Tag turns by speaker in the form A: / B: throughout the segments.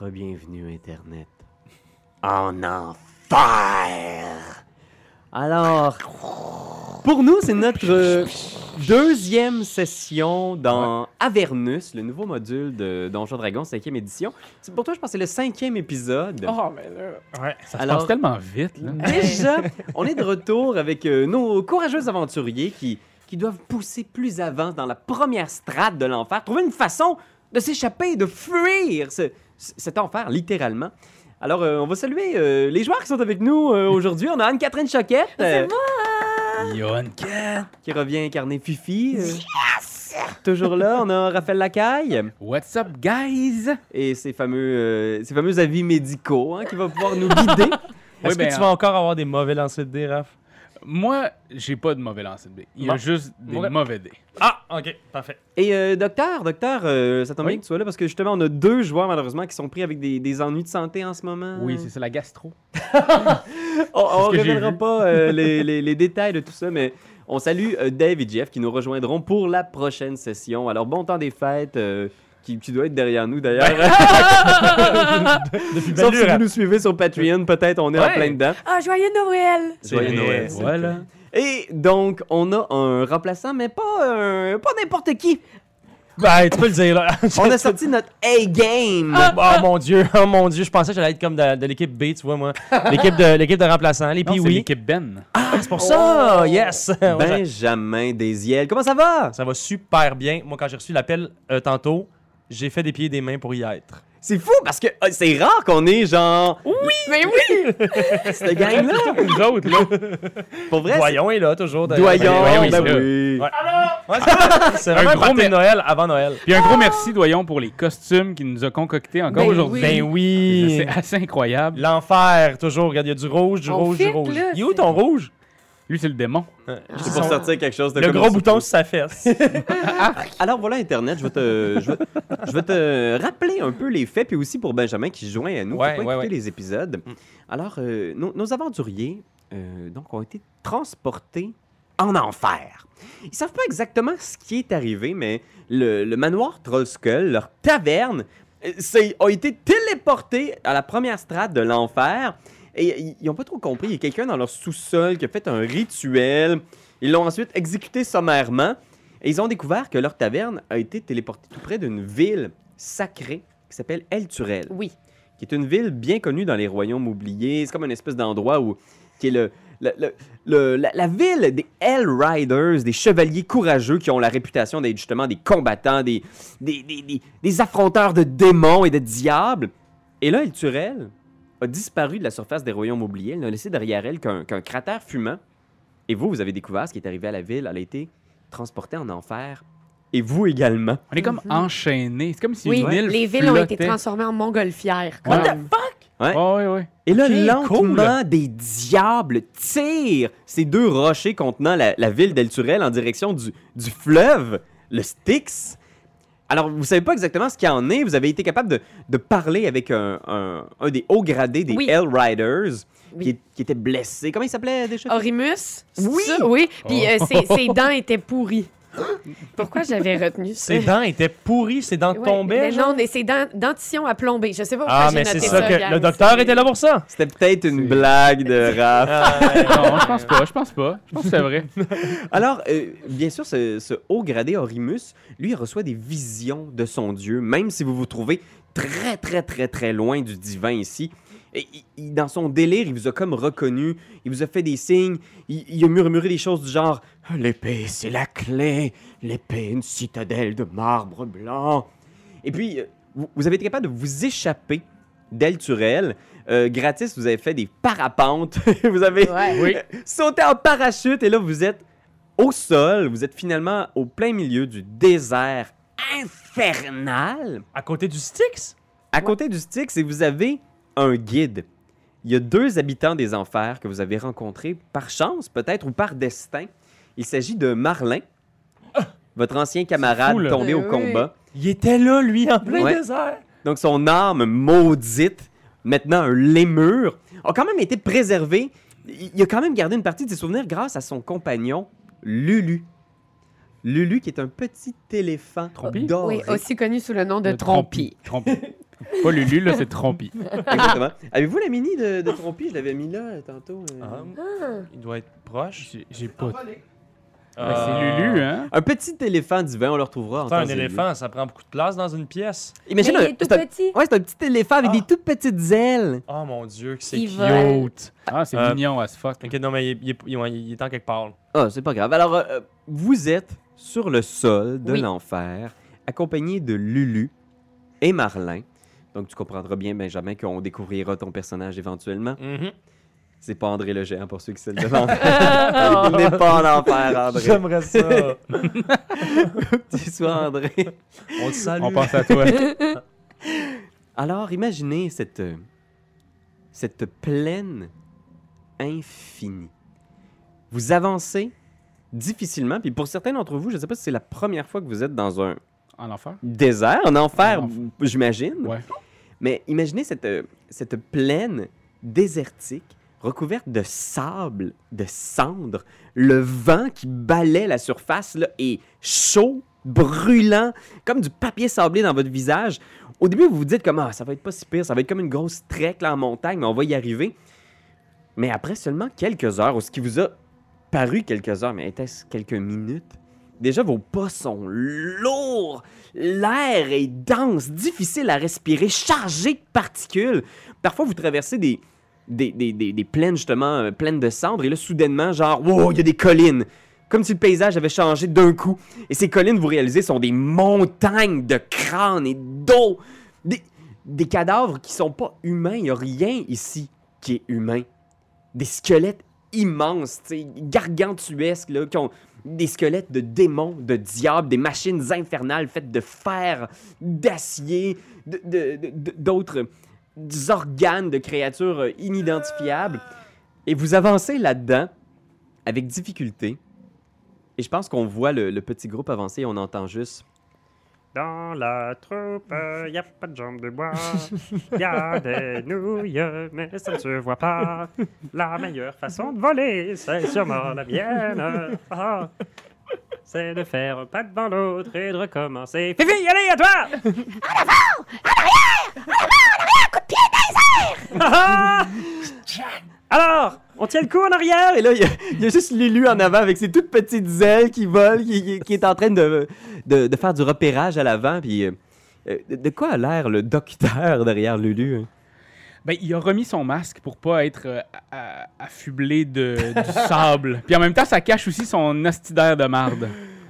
A: Rebienvenue Internet. En enfer! Alors, pour nous, c'est notre euh, deuxième session dans Avernus, le nouveau module de Donjon Dragon 5e édition. C'est- Pour toi, je pense que c'est le cinquième épisode.
B: Oh, mais là.
C: Ouais, ça se
A: Alors-
C: passe tellement vite, là.
A: Déjà, on est de retour avec euh, nos courageux aventuriers qui, qui doivent pousser plus avant dans la première strate de l'enfer, trouver une façon de s'échapper, de fuir ce- ce- cet enfer, littéralement. Alors, euh, on va saluer euh, les joueurs qui sont avec nous euh, aujourd'hui. On a Anne-Catherine Choquette euh,
C: Yon,
A: qui revient incarner Fifi. euh, Toujours là. On a Raphaël Lacaille
C: what's up, guys?
A: et ses fameux, euh, ses fameux avis médicaux hein, qui va pouvoir nous guider.
C: Oui,
D: Est-ce
C: ben, euh,
D: que tu vas encore avoir des mauvais lancers de dés, Raph?
C: Moi, j'ai pas de mauvais lancer de dés. Il y a
D: Bon.
C: juste des
D: Ouais.
C: mauvais dés.
D: Ah, ok, parfait.
A: Et euh, docteur, docteur, euh, ça tombe
C: Oui.
A: bien que tu sois là parce que justement, on a deux joueurs malheureusement qui sont pris avec des, des ennuis de santé en ce moment.
C: Oui, c'est ça, la gastro.
A: On, on
C: ce que j'ai
A: révélera
C: vu.
A: pas euh, les, les- les détails de tout ça, mais on salue euh, Dave et Jeff qui nous rejoindront pour la prochaine session. Alors, bon temps des fêtes. euh, qui, qui doit être derrière nous d'ailleurs.
C: Ben.
D: Depuis
A: Sauf si
D: belle lure,
A: vous
D: Raph.
A: nous suivez sur Patreon, peut-être on est en
C: hein. Ouais.
A: plein dedans.
B: Ah, joyeux Noël!
D: C'est
A: Joyeux
D: vrai,
A: Noël.
D: c'est
C: Voilà.
A: Et donc, on a un remplaçant, mais pas, un- pas n'importe qui.
D: Ben, tu peux le dire, là.
A: On a sorti notre A-game.
D: Oh mon dieu, oh mon dieu, je pensais que j'allais être comme de, de l'équipe B, tu vois, moi. L'équipe de, l'équipe de remplaçants, les
C: Non, c'est
D: Pee-Wee.
C: l'équipe Ben.
D: Ah, c'est pour ça, yes! Ouais, ça-
A: Benjamin Desiel. Comment ça va?
D: ça va super bien. Moi, quand j'ai reçu l'appel euh, tantôt, j'ai fait des pieds et des mains pour y être.
A: C'est fou parce que euh, c'est rare qu'on ait genre
B: Mais oui!
A: cette gang là.
C: Nous autres, là.
A: Pour vrai, c'est-
D: Doyon est là, toujours. d'ailleurs.
A: Doyon,
C: Doyon,
A: ben
C: il est là.
A: oui.
D: Ouais. Ouais, c'est- c'est vraiment
C: Un
D: un
C: gros
D: gros
C: mer-
D: Noël avant Noël.
C: Puis un gros merci, Doyon, pour les costumes qu'il nous a concoctés encore
B: Ben
C: aujourd'hui.
B: oui.
D: Ben oui!
C: C'est assez incroyable.
D: L'enfer, toujours. Regarde, il y a du rouge, du
B: On
D: rouge, du
B: file,
D: rouge.
B: là,
D: Il est où ton rouge?
C: Lui, c'est le démon.
A: C'est pour sortir quelque chose de
D: Le
A: comme
D: gros
A: ça.
D: bouton sur sa fesse.
A: Alors voilà Internet, je vais te, je vais, je vais te rappeler un peu les faits puis aussi pour Benjamin qui se joint à nous
D: Ouais,
A: pour
D: ouais,
A: écouter
D: ouais. Mm.
A: les épisodes. Alors euh, nos, nos aventuriers euh, donc ont été transportés en enfer. Ils savent pas exactement ce qui est arrivé, mais le, le manoir Trollskull, leur taverne, euh, c'est- a été téléporté à la première strate de l'enfer. Et ils- ils n'ont pas trop compris. Il y a quelqu'un dans leur sous-sol qui a fait un rituel. Ils l'ont ensuite exécuté sommairement. Et ils ont découvert que leur taverne a été téléportée tout près d'une ville sacrée qui s'appelle El Turel
B: Oui.
A: qui est une ville bien connue dans les royaumes oubliés. C'est comme une espèce d'endroit où qui est le, le- le- le- la, la ville des Hell Riders, des chevaliers courageux qui ont la réputation d'être justement des combattants, des, des, des- des- des affronteurs de démons et de diables. Et là, El Turel a disparu de la surface des royaumes oubliés. Elle n'a laissé derrière elle qu'un qu'un cratère fumant. Et vous, vous avez découvert ce qui est arrivé à la ville. Elle a été transportée en enfer. Et vous également.
C: On est comme
B: Mhm.
C: enchaînés. C'est comme si
B: Oui,
C: une île
B: les villes ont été
C: flottait.
B: transformées en montgolfières.
C: What the
B: comme.
C: Ouais, ouais, ouais.
A: Et là,
C: Ok,
A: lentement, des diables tirent ces deux rochers contenant la, la ville d'El Turel en direction du, du fleuve, le Styx. Alors, vous savez pas exactement ce qu'il en est. Vous avez été capable de, de parler avec un, un- un des hauts gradés des
B: Oui.
A: Hell Riders
B: Oui. Oh.
A: qui, est- qui était blessé. Comment il s'appelait déjà?
B: Orimus? c'est
A: Oui!
B: ça? Oui, puis
C: Oh.
B: euh, ses, ses dents étaient pourries. Pourquoi j'avais retenu ça?
D: Ses dents étaient pourries, ses dents
B: Ouais,
D: tombaient.
B: mais
D: genre.
B: non, mais ses dents, dentition à plomber. Je sais pas pourquoi
D: Ah,
B: j'ai
D: mais c'est
B: noté
D: ça que
B: Yann,
D: le docteur
B: c'est-
D: était là pour ça. Ah,
A: C'était peut-être une
C: C'est-
A: blague de Raph.
C: Non, je pense pas, je pense pas. Je pense que c'est vrai.
A: Alors, euh, bien sûr, ce, ce haut gradé Orimus, lui, il reçoit des visions de son dieu, même si vous vous trouvez très, très, très, très loin du divin ici. Et il- il- dans son délire, il vous a comme reconnu, il vous a fait des signes, il, il a murmuré des choses du genre « L'épée, c'est la clé, l'épée, une citadelle de marbre blanc. » Et puis, euh, vous, vous avez été capable de vous échapper d'El Turel. Euh, gratis, vous avez fait des parapentes, vous avez
B: Ouais.
C: Oui.
A: sauter en parachute et là vous êtes au sol, vous êtes finalement au plein milieu du désert infernal
D: À côté du Styx?
A: à côté du Styx et vous avez un guide. Il y a deux habitants des enfers que vous avez rencontrés par chance peut-être ou par destin. Il s'agit de Marlin, votre ancien camarade
C: Ah! fou, là.
A: tombé
B: Eh
A: au
B: oui.
A: combat.
D: Il était là, lui, en plein
A: Ouais.
D: désert.
A: Donc son arme maudite, maintenant un lémur, a quand même été préservé. Il il a quand même gardé une partie de ses souvenirs grâce à son compagnon Lulu. Lulu qui est un petit éléphant
C: Trompi?
A: doré.
B: Oui, aussi connu sous le nom de
C: Le
B: Trompi.
C: Euh, Trompi. Pas Lulu, là, c'est Trompi.
A: Exactement. Avez-vous la mini de, de Trompi? Je l'avais mis là euh, tantôt. euh.
D: Ah,
B: Ah,
D: Il doit être proche.
C: J'ai- J'ai pas. Ben, c'est Lulu, hein?
A: Un petit éléphant d'hiver, on le retrouvera en
D: Putain, Ah. un
A: temps et lieu.
D: éléphant, ça prend beaucoup de place dans une pièce.
A: Imagine
B: Mais
A: un,
B: il est tout
A: c'est un-
B: petit.
A: Ouais, c'est un petit éléphant avec
D: Ah.
A: des toutes petites ailes.
D: Oh mon dieu, que c'est
B: Il
D: cute.
B: vole.
C: Ah, c'est
D: Euh,
C: mignon as fuck.
D: Ok, non, mais il, est- il est- il est en quelque part. là.
A: Ah, c'est pas grave. Alors, euh, vous êtes sur le sol de
B: Oui.
A: l'enfer, accompagné de Lulu et Marlin. Donc, tu comprendras bien, Benjamin, qu'on découvrira ton personnage éventuellement.
D: Mm-hmm.
A: C'est pas André le géant pour ceux qui se le demandent. Il n'est pas en enfer,
D: Ah,
A: André.
D: J'aimerais ça.
A: Tu sois André.
D: On le salue.
C: On pense à toi.
A: Alors, imaginez cette, euh, cette plaine infinie. Vous avancez difficilement, puis pour certains d'entre vous, je ne sais pas si c'est la première fois que vous êtes dans un
C: En enfer?
A: désert, en enfer,
C: En
A: j'imagine.
C: Ouais.
A: Mais imaginez cette, euh, cette plaine désertique, recouverte de sable, de cendres, le vent qui balaie la surface là, est chaud, brûlant, comme du papier sablé dans votre visage. Au début, vous vous dites comme ah, ça va être pas si pire, ça va être comme une grosse trek là, en montagne, mais on va y arriver. Mais après seulement quelques heures, ou ce qui vous a paru quelques heures, mais était-ce quelques minutes, déjà vos pas sont lourds. L'air est dense, difficile à respirer, chargé de particules. Parfois, vous traversez des, des, des, des- des plaines, justement, euh, pleines de cendres, et là, soudainement, genre, wow, il y a des collines. Comme si le paysage avait changé d'un coup. Et ces collines, vous réalisez, sont des montagnes de crânes et d'eau. Des, des cadavres qui sont pas humains. Il n'y a rien ici qui est humain. Des squelettes immenses, tu sais, gargantuesques, là, qui ont, des squelettes de démons, de diables, des machines infernales faites de fer, d'acier, de- de- de- de- d'autres des organes de créatures euh, inidentifiables. Et vous avancez là-dedans avec difficulté. Et je pense qu'on voit le, le petit groupe avancer et on entend juste.
E: Dans la troupe, y a pas de jambe de bois. Y a des nouilles, mais ça ne se voit pas. La meilleure façon de voler, c'est sûrement la mienne. Ah, c'est de faire un pas devant l'autre et de recommencer. Fifi, allez, à toi! Ah,
A: Alors, on tient le coup en arrière! Et là, il y, a- il y a juste l'élu en avant avec ses toutes petites ailes qui volent, qui, qui- qui est en train de, de, de faire du repérage à l'avant. Puis, euh, euh, de- de quoi a l'air le docteur derrière Lulu? hein?
C: Ben, il a remis son masque pour pas être euh, a- a- affublé de, du sable. Puis en même temps, ça cache aussi son astidaire de marde.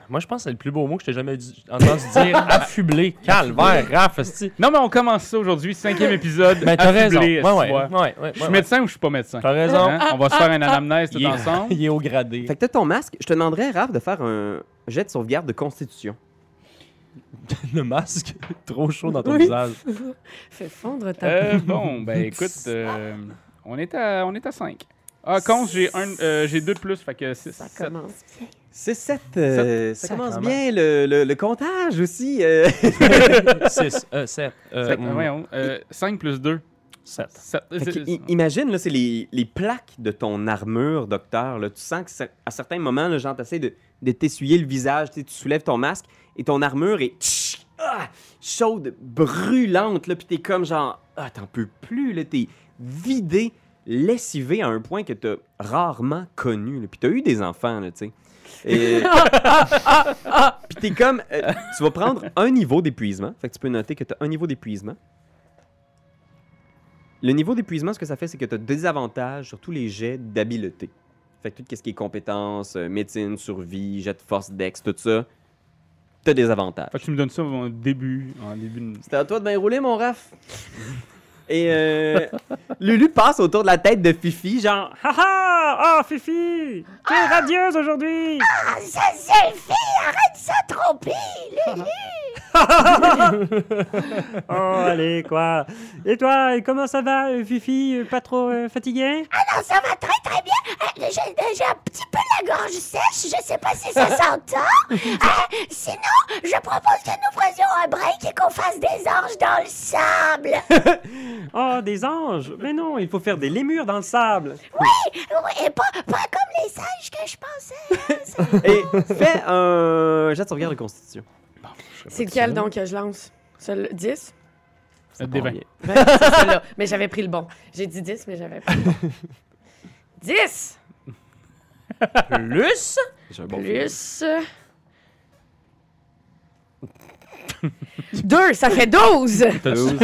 D: Moi, je pense que c'est le plus beau mot que je t'ai jamais dit- entendu dire. Affublé. Calvaire, raf, esti.
C: Non, mais on commence ça aujourd'hui, cinquième épisode.
D: Mais Ben, t'as raison.
C: affublé,
D: Ouais, ouais,
C: esti, ouais.
D: ouais, ouais, ouais,
C: Je suis
D: ouais.
C: médecin ou je suis pas médecin?
D: T'as raison.
C: Hein? On va se faire un anamnèse tout
D: Il est-
C: ensemble.
D: Il est au gradé.
A: Fait que t'as ton masque. Je te demanderais, Raph, de faire un jet de sauvegarde de constitution.
D: Le masque, trop chaud dans ton
B: Oui.
D: visage.
B: Fais fondre ta
C: Euh, bon, ben écoute, euh, on, est à, on est à 5. Ah, con, j'ai un, euh, j'ai deux de plus, fait que six,
B: Ça
C: sept.
B: commence bien.
A: C'est 7. ça
D: Sacrement.
A: commence bien le, le- le comptage aussi. euh.
D: 6, 7,
C: Fait que, voyons, euh, 5 plus 2.
D: 7.
A: Fait que i- imagine, là, c'est les, les plaques de ton armure, docteur. Là. Tu sens que cer- à certains moments, là, genre, t'essaies de, de t'essuyer le visage. Tu sais, tu soulèves ton masque et ton armure est tch, ah, chaude, brûlante. Là, puis t'es comme genre, ah, t'en peux plus. Là, t'es vidé, lessivé à un point que t'as rarement connu. Là. Puis t'as eu des enfants, là, tu sais. Et- Puis t'es comme, euh, tu vas prendre un niveau d'épuisement. Fait que tu peux noter que t'as un niveau d'épuisement. Le niveau d'épuisement, ce que ça fait, c'est que tu as des avantages sur tous les jets d'habileté. Fait que tout ce qui est compétences, euh, médecine, survie, jet de force, dex, tout ça, tu as des avantages.
C: Fait que tu me donnes ça en début. En début de...
A: C'était à toi de bien rouler, mon raf. Et euh, Lulu passe autour de la tête de Fifi, genre.
E: Ha ha! Oh, Fifi! T'es radieuse aujourd'hui! Oh, allez, quoi! Et toi, comment ça va, euh, Fifi? Euh, Pas trop euh, fatiguée?
F: Non, ça va très très bien. Euh, J'ai j'ai un petit peu la gorge sèche, je sais pas si ça s'entend. Euh, sinon, je propose que nous faisions un break et qu'on fasse des anges dans le sable.
E: Oh, des anges! Mais non, il faut faire des lémures dans le sable!
F: Oui, et pas, pas comme les singes que je pensais.
A: Et fais un jet de sauvegarde de constitution.
B: C'est lequel donc que je lance? Celui- 10?
A: Ça
C: Des
A: part
C: vingt.
A: bien.
B: Celle-là. Mais j'avais pris le bon. J'ai dit 10, mais j'avais pris le bon. 10
D: Plus?
A: J'ai un bon feeling.
B: plus euh, 2, ça fait 12.
A: Douze.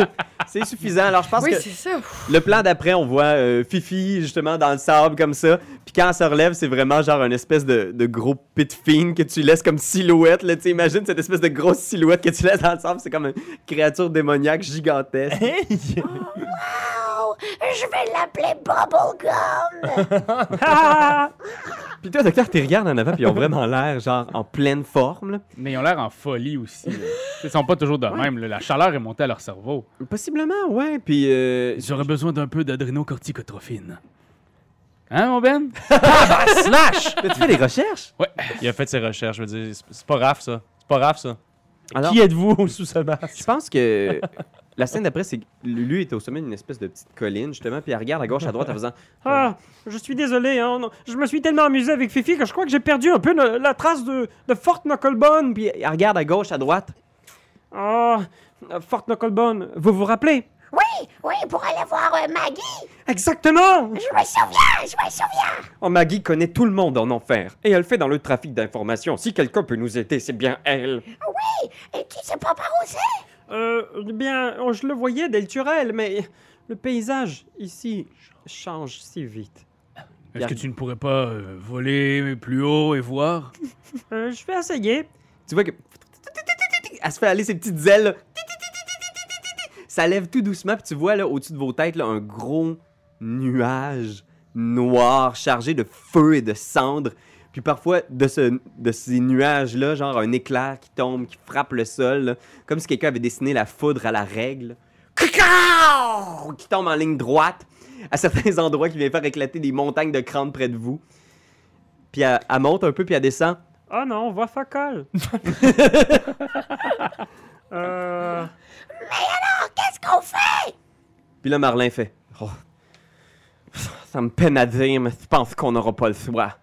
A: C'est suffisant. Alors, je pense
B: Oui,
A: que
B: c'est ça.
A: Le plan d'après, on voit euh, Fifi justement dans le sable comme ça. Puis quand elle se relève, c'est vraiment genre une espèce de, de gros pit fine que tu laisses comme silhouette. Là, tu sais, imagine cette espèce de grosse silhouette que tu laisses dans le sable. C'est comme une créature démoniaque gigantesque.
F: Oh, je vais l'appeler Bubblegum.
A: Puis toi, docteur, tu regardes en avant, puis ils ont vraiment l'air genre en pleine forme. là.
C: Mais ils ont l'air en folie aussi. là. Ils sont pas toujours de même. là. La chaleur est montée à leur cerveau.
A: Possiblement, ouais. Puis euh,
C: J'aurais besoin d'un peu d'adrénocorticotrophine. Hein, mon Ben?
D: Slash!
A: tu fais des recherches.
D: Il a fait ses recherches, je veux dire. c'est- C'est pas grave, ça. C'est pas grave, ça.
A: Alors,
D: Qui êtes-vous sous ce masque?
A: je pense que la scène d'après, c'est que Lulu est au sommet d'une espèce de petite colline justement, puis elle regarde à gauche, à droite en faisant
E: Ah, je suis désolé, hein, non, je me suis tellement amusé avec Fifi que je crois que j'ai perdu un peu le- la trace de, de Fort Knucklebone.
A: Puis elle regarde à gauche, à droite.
E: Ah, Fort Knucklebone, vous vous rappelez
F: Oui, oui, pour aller voir euh, Maggie.
E: Exactement
F: Je me souviens, je me souviens.
A: Oh, Maggie connaît tout le monde en enfer, et elle fait dans le trafic d'informations. Si quelqu'un peut nous aider, c'est bien elle.
F: Et tu sais pas par où c'est?
E: Euh, eh bien, oh, je le voyais dès le Turel, mais le paysage ici change si vite.
C: Est-ce que tu ne pourrais pas euh, voler plus haut et voir?
E: Euh, je vais essayer.
A: Tu vois que... Elle se fait aller ses petites ailes. là. Ça lève tout doucement, puis tu vois là, au-dessus de vos têtes là, un gros nuage noir chargé de feu et de cendres. Puis parfois, de, ce- de ces nuages-là, genre un éclair qui tombe, qui frappe le sol, là, comme si quelqu'un avait dessiné la foudre à la règle. Cacao! Qui tombe en ligne droite à certains endroits, qui vient faire éclater des montagnes de crâne près de vous. Puis elle, elle monte un peu, puis elle descend.
E: Oh non, on voit Focal. euh,
F: Alors, qu'est-ce qu'on fait?
A: Puis là, Marlin fait Oh, Ça me peine à dire, mais je pense qu'on n'aura pas le choix.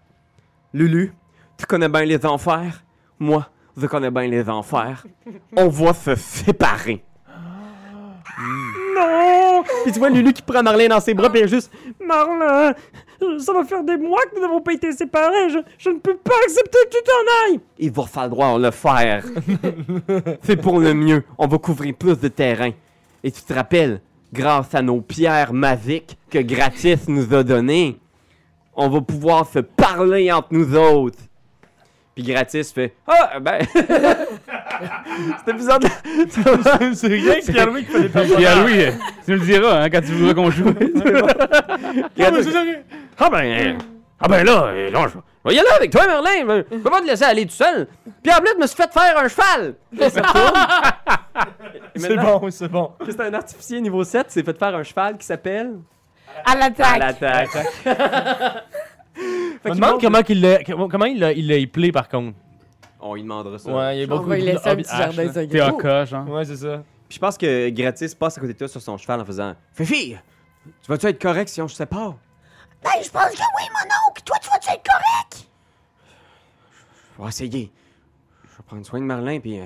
A: Lulu, tu connais bien les enfers. Moi, je connais bien les enfers. On va se séparer.
E: non
A: Puis tu vois Lulu qui prend Marlin dans ses bras, puis elle juste
E: Marlin, ça va faire des mois que nous n'avons pas été séparés. Je, je ne peux pas accepter que tu t'en ailles.
A: Il va falloir le faire. C'est pour le mieux. On va couvrir plus de terrain. Et tu te rappelles, grâce à nos pierres magiques que Gratis nous a données, on va pouvoir se parler entre nous autres. Puis Gratis fait Ah, ben. Cet épisode-là.
D: C'est rien que Pierre-Louis qui fait des
C: Pierre Louis, euh, tu nous le diras hein, quand tu voudras qu'on joue.
A: Gratis- Ah, ben. Ah, ben là, euh, là, je je vais y aller avec toi, Merlin. Je peux pas te laisser aller tout seul. Puis en plus, je me suis fait faire un cheval.
D: C'est bon, c'est bon.
A: C'est un artificier niveau 7 s'est fait faire un cheval qui s'appelle. Ah,
B: À l'attaque.
A: l'attaque.
D: Je me demande comment il l'a comment il l'a il l'a hyplé, par contre.
A: On lui demandera ça.
D: Ouais, il y a
B: On
D: beaucoup
B: va lui
D: de
B: laisser un
D: hobby-
B: petit
D: hache,
C: Ah,
B: jardin
D: là.
C: T'es hein.
B: secret.
C: AK, genre.
D: Ouais, c'est ça.
A: Puis je pense que Gratis passe à côté de toi sur son cheval en faisant Fifi, tu vas-tu être correct si on se sépare
F: Ben, je pense que oui, mon oncle. Toi, tu vas-tu être correct?
A: Je vais essayer. Je vais prendre soin de Marlin, puis euh,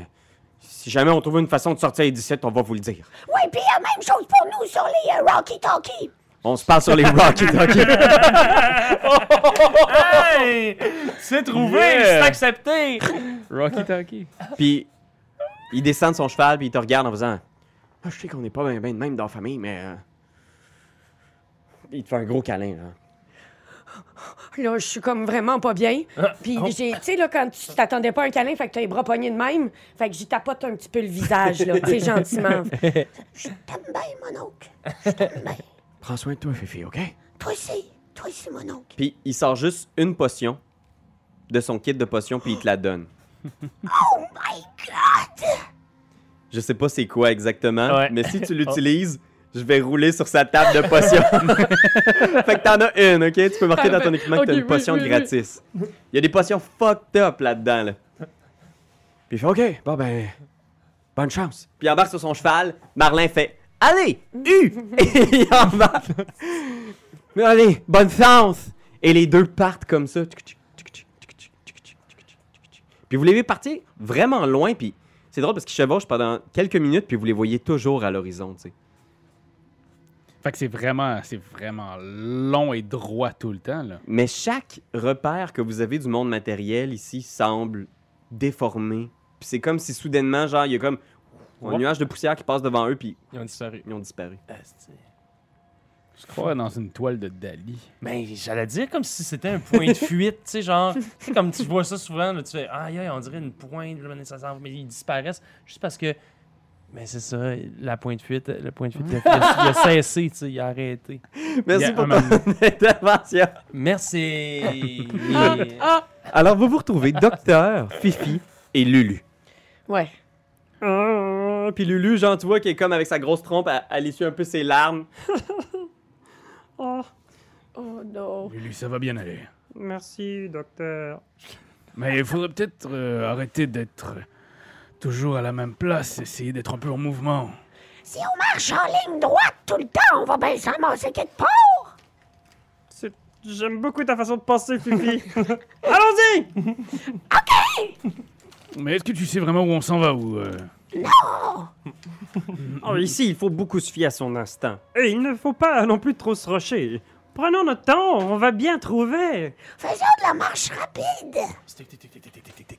A: si jamais on trouve une façon de sortir d'ici, on va vous le dire.
F: Oui, puis la même chose pour nous sur les euh, Rocky Talkie.
A: On se parle sur les Rocky Talkie.
D: Hey! C'est trouvé,
C: Yeah!
D: c'est accepté!
C: Rocky Talkie.
A: Puis il descend de son cheval, puis il te regarde en faisant Ah, Je sais qu'on n'est pas bien ben de même dans la famille, mais. euh, Il te fait un gros câlin, là.
B: Là, je suis comme vraiment pas bien. Puis j'ai, tu sais là quand tu t'attendais pas à un câlin, fait que t'as les bras pognés de même, fait que j'y tapote un petit peu le visage là, tu sais gentiment.
F: T'aimes bien, mon oncle.
A: Prends soin de toi, Fifi, OK?
F: Toi aussi. Toi aussi, mon oncle.
A: Puis il sort juste une potion de son kit de potions, puis il te la donne.
F: Oh my God!
A: Je sais pas c'est quoi exactement,
D: Ouais.
A: mais si tu l'utilises, je vais rouler sur sa table de potions. fait que t'en as une, ok? Tu peux marquer dans ton équipement que t'as
B: Ok,
A: une
B: oui,
A: potion
B: oui, oui.
A: gratis. Il y a des potions fucked up là-dedans, là. Puis il fait, ok, bon ben, bonne chance. Puis il embarque sur son cheval, Marlin fait, allez, U! Et il embarque. Mais allez, bonne chance! Et les deux partent comme ça. Puis vous les voyez partir vraiment loin, puis C'est drôle parce qu'ils chevauchent pendant quelques minutes, puis vous les voyez toujours à l'horizon, tu sais.
C: Fait que c'est vraiment, c'est vraiment long et droit tout le temps, là.
A: Mais chaque repère que vous avez du monde matériel ici semble déformé. Puis c'est comme si soudainement, genre, il y a comme un
D: Oups.
A: nuage de poussière qui passe devant eux, puis
D: Ils ont disparu.
A: ils ont disparu.
C: Je crois dans une toile de Dali.
D: Mais j'allais dire comme si c'était un point de fuite, tu sais, genre, tu sais, comme tu vois ça souvent, là, tu fais, aïe, aïe, on dirait une pointe, là, mais ça s'en va, mais ils disparaissent juste parce que. Mais c'est ça, la pointe de fuite, le point de fuite, il a, il a- il a cessé, tu sais, il a arrêté.
A: Merci
C: Yeah,
A: pour
C: un moment.
A: ton intervention.
D: Merci!
A: Alors, vous vous retrouvez Docteur, Fifi et Lulu.
B: Ouais.
A: Ah,
E: Oh,
A: Puis Lulu, genre, tu vois, qui est comme avec sa grosse trompe, elle, elle essuie un peu ses larmes.
E: Oh,
B: Oh non.
C: Lulu, ça va bien aller.
E: merci, docteur.
C: Mais il faudrait peut-être euh, arrêter d'être toujours à la même place, essayer d'être un peu en mouvement.
F: Si on marche en ligne droite tout le temps, on va bien se ramasser quelque part.
E: C'est- J'aime beaucoup ta façon de penser, Fifi. Allons-y!
C: Mais est-ce que tu sais vraiment où on s'en va ou euh,
E: Oh, ici, il faut beaucoup se fier à son instinct. Et il ne faut pas non plus trop se rusher. Prenons notre temps, on va bien trouver.
F: Faisons de la marche rapide.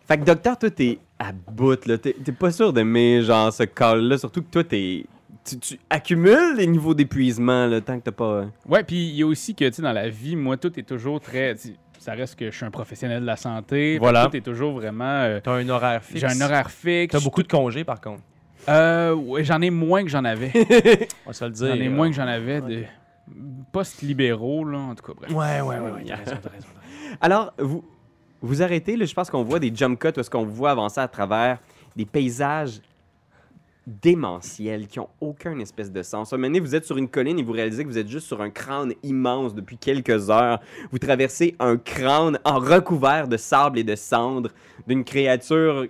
A: Fait que Docteur, toi, t'es à bout, là. T'es t'es pas sûr d'aimer, genre, ce call-là. Surtout que toi, t'es. Tu, tu accumules les niveaux d'épuisement, le tant que t'as pas.
C: Ouais, puis il y a aussi que, tu sais, dans la vie, moi, tout est toujours très. tu sais, Ça reste que je suis un professionnel de la santé. fait que
D: Voilà.
C: Tout est toujours vraiment. euh,
D: T'as un horaire fixe.
C: j'ai un horaire fixe.
D: T'as beaucoup de congés, par contre.
C: Euh, ouais, j'en ai moins que j'en avais.
D: On va se le dire.
C: j'en ai
D: euh,
C: moins que j'en avais de postes libéraux, là. En tout cas, bref.
D: Ouais, ouais, ouais, ouais, t'as raison, t'as raison. t'as raison.
A: Alors, vous vous arrêtez, là, je pense qu'on voit des jump cuts, parce qu'on vous voit avancer à travers des paysages démentiels qui ont aucun espèce de sens. À un moment donné, vous êtes sur une colline et vous réalisez que vous êtes juste sur un crâne immense depuis quelques heures. Vous traversez un crâne en recouvert de sable et de cendres d'une créature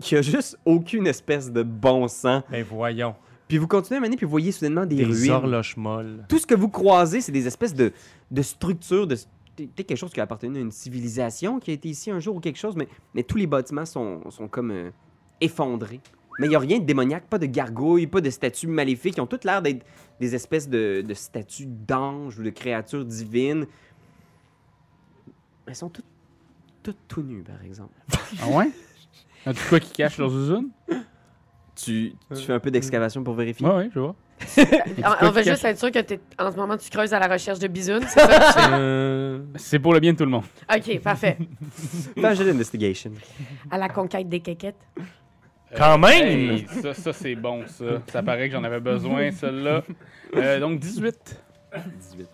A: qui a juste aucune espèce de bon sens.
D: Ben voyons.
A: Puis vous continuez à mener, puis vous voyez soudainement des,
D: Des
A: ruines
D: horloges molles.
A: tout ce que vous croisez, c'est des espèces de, de structures, de peut-être quelque chose qui a appartenu à une civilisation qui a été ici un jour ou quelque chose, mais, mais tous les bâtiments sont, sont comme euh, effondrés. Mais il n'y a rien de démoniaque, pas de gargouilles, pas de statues maléfiques. Ils ont toutes l'air d'être des espèces de, de statues d'anges ou de créatures divines. Elles sont toutes, toutes tout nues, par exemple.
C: Ah ouais? En tout cas, qui cache leurs usines?
A: Tu, tu fais un peu d'excavation pour vérifier?
C: Ouais, ouais, je vois.
B: Ah, On, on
C: qui
B: veut juste être sûr que t'es, en ce moment, tu creuses à la recherche de bisounes, c'est ça?
D: Euh,
C: C'est pour le bien de tout le monde.
B: OK, parfait.
A: Fais un jet d'investigation.
B: À la conquête des quéquettes.
D: Quand même!
C: Euh, Hey, ça, ça c'est bon, ça. Ça paraît que j'en avais besoin, celle-là. Euh, donc, 18.
A: 18.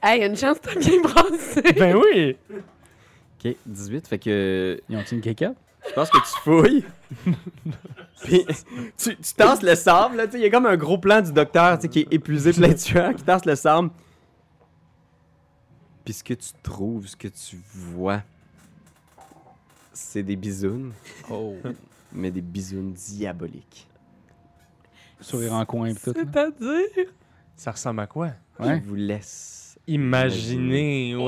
B: Hey, une chance, t'as bien brassé.
D: ben oui!
A: OK, 18. Fait que
C: Ils ont une quéquette?
A: Je pense que tu fouilles. Puis tu, tu tasses le sable, là, tu sais, il y a comme un gros plan du docteur, tu sais, qui est épuisé, plein de sueur, qui tasse le sable. Puis ce que tu trouves, ce que tu vois, c'est des bisounes,
C: Oh.
A: mais des bisounes diaboliques.
C: Sourire en coin et tout. là.
B: C'est-à-dire?
D: Ça ressemble à quoi?
C: Ouais.
A: Je vous laisse.
D: Imaginez, oui,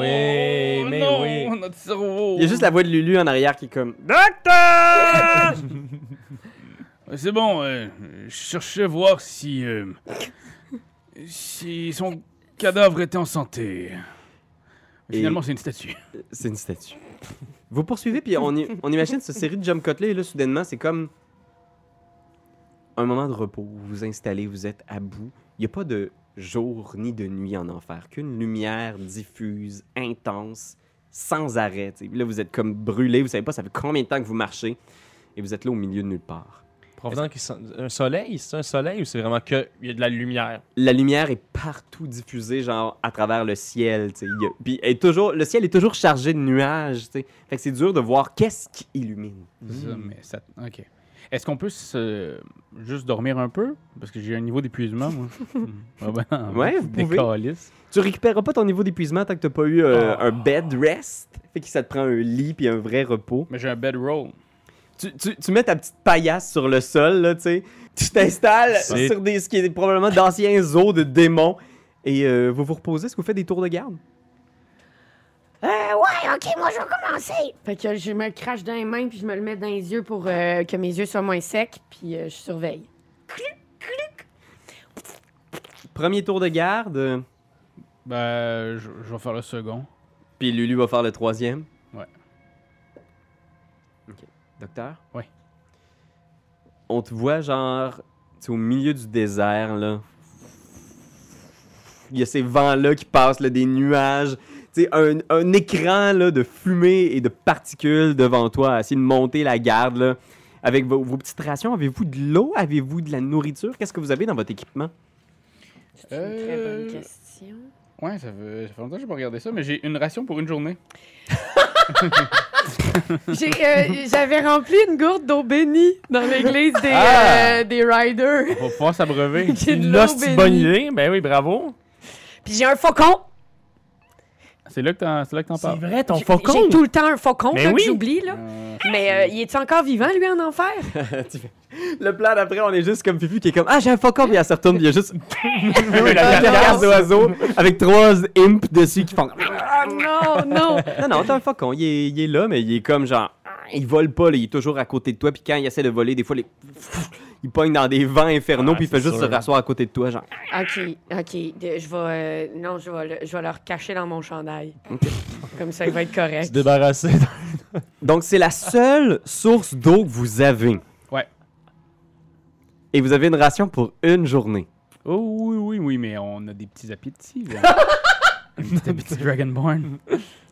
C: Oh,
D: mais
C: non,
D: oui.
C: notre cerveau.
A: Il y a juste la voix de Lulu en arrière qui est comme.
E: Docteur!
C: Ouais, C'est bon, euh, je cherchais voir si. euh, si son cadavre était en santé. Mais
A: Et-
C: Finalement, c'est une statue.
A: C'est une statue. Vous poursuivez, puis on, i- on imagine cette série de jump cuts là, et là, soudainement, c'est comme un moment de repos. Vous vous installez, vous êtes à bout. Il n'y a pas de jour ni de nuit en enfer, qu'une lumière diffuse, intense, sans arrêt. tu sais. Puis Là, vous êtes comme brûlé, vous savez pas ça fait combien de temps que vous marchez, et vous êtes là au milieu de nulle part.
D: Provenant qu'il sent- un soleil, c'est un soleil ou c'est vraiment que il y a de la lumière?
A: La lumière est partout diffusée, genre à travers le ciel. tu sais. Il y a- Puis elle est toujours, le ciel est toujours chargé de nuages. tu sais. Fait que c'est dur de voir qu'est-ce qui illumine.
C: Ça,
D: Hmm.
C: mais ça- Ok. Est-ce qu'on peut se- juste dormir un peu? Parce que j'ai un niveau d'épuisement, moi. Ah ben,
A: Ouais, vous
C: des
A: pouvez.
C: calices.
A: Tu récupéreras pas ton niveau d'épuisement tant que t'as pas eu euh, un bed rest. Fait que ça te prend un lit puis un vrai repos.
C: Mais j'ai un bedroll.
A: Tu, tu, tu mets ta petite paillasse sur le sol, là, tu sais. Tu t'installes
D: C'est-
A: sur des, ce qui est probablement d'anciens os de démons. Et euh, vous vous reposez. Est-ce que vous faites des tours de garde?
F: Euh, ouais, ok, moi je vais commencer.
B: Fait que je me le crache dans les mains, puis je me le mets dans les yeux pour euh, que mes yeux soient moins secs, puis euh, je surveille.
A: Premier tour de garde, euh,
C: Ben, je, je vais faire le second.
A: puis Lulu va faire le troisième.
C: Ouais.
A: Ok. Docteur?
C: Ouais.
A: On te voit, genre, tu es au milieu du désert, là. Il y a ces vents-là qui passent, là, des nuages. Tu sais, un, un écran, là, de fumée et de particules devant toi, à essayer de monter la garde, là. Avec vos, vos petites rations, avez-vous de l'eau? Avez-vous de la nourriture? Qu'est-ce que vous avez dans votre équipement?
B: C'est une très
C: Euh,
B: bonne question.
C: Ouais, ça fait, ça fait longtemps que j'ai pas regardé ça, mais j'ai une ration pour une journée.
B: J'ai, euh, j'avais rempli une gourde d'eau bénie dans l'église des,
C: Ah!
B: euh, des Riders.
C: On va pouvoir s'abreuver.
B: J'ai de
D: Une
B: l'eau
D: hostie de bonne
B: bénie.
D: idée. Ben oui, bravo.
B: Puis j'ai un faucon.
C: C'est là que t'en c'est là que t'en
D: C'est
C: parles.
D: vrai, ton
B: J'ai- J'ai
D: faucon.
B: tout le temps un faucon
D: Mais
B: là,
D: oui.
B: que j'oublie. Là.
C: Euh,
B: Mais euh, il est encore vivant, lui, en enfer?
A: Le plan d'après, on est juste comme Fifi qui est comme Ah, j'ai un faucon, puis elle se retourne, puis il y a juste
D: la
A: la garde d'oiseau avec trois imps dessus qui font.
B: Ah non, non!
A: Non, non, t'as un faucon, il est, il est là, mais il est comme genre. Il vole pas, là, il est toujours à côté de toi, puis quand il essaie de voler, des fois, les- il pogne dans des vents infernaux,
D: Ah,
A: puis il fait
D: c'est
A: juste
D: sûr.
A: se rasseoir à côté de toi, genre.
B: OK, OK. de- Je vais... euh, non, je vais, le, je vais le recacher dans mon chandail. Comme ça, il va être correct.
D: débarrassé.
A: Donc, c'est la seule source d'eau que vous avez.
C: Ouais.
A: Et vous avez une ration pour une journée.
C: Oh oui, oui, oui, mais on a des petits appétits. là. Un petit appétit Dragonborn.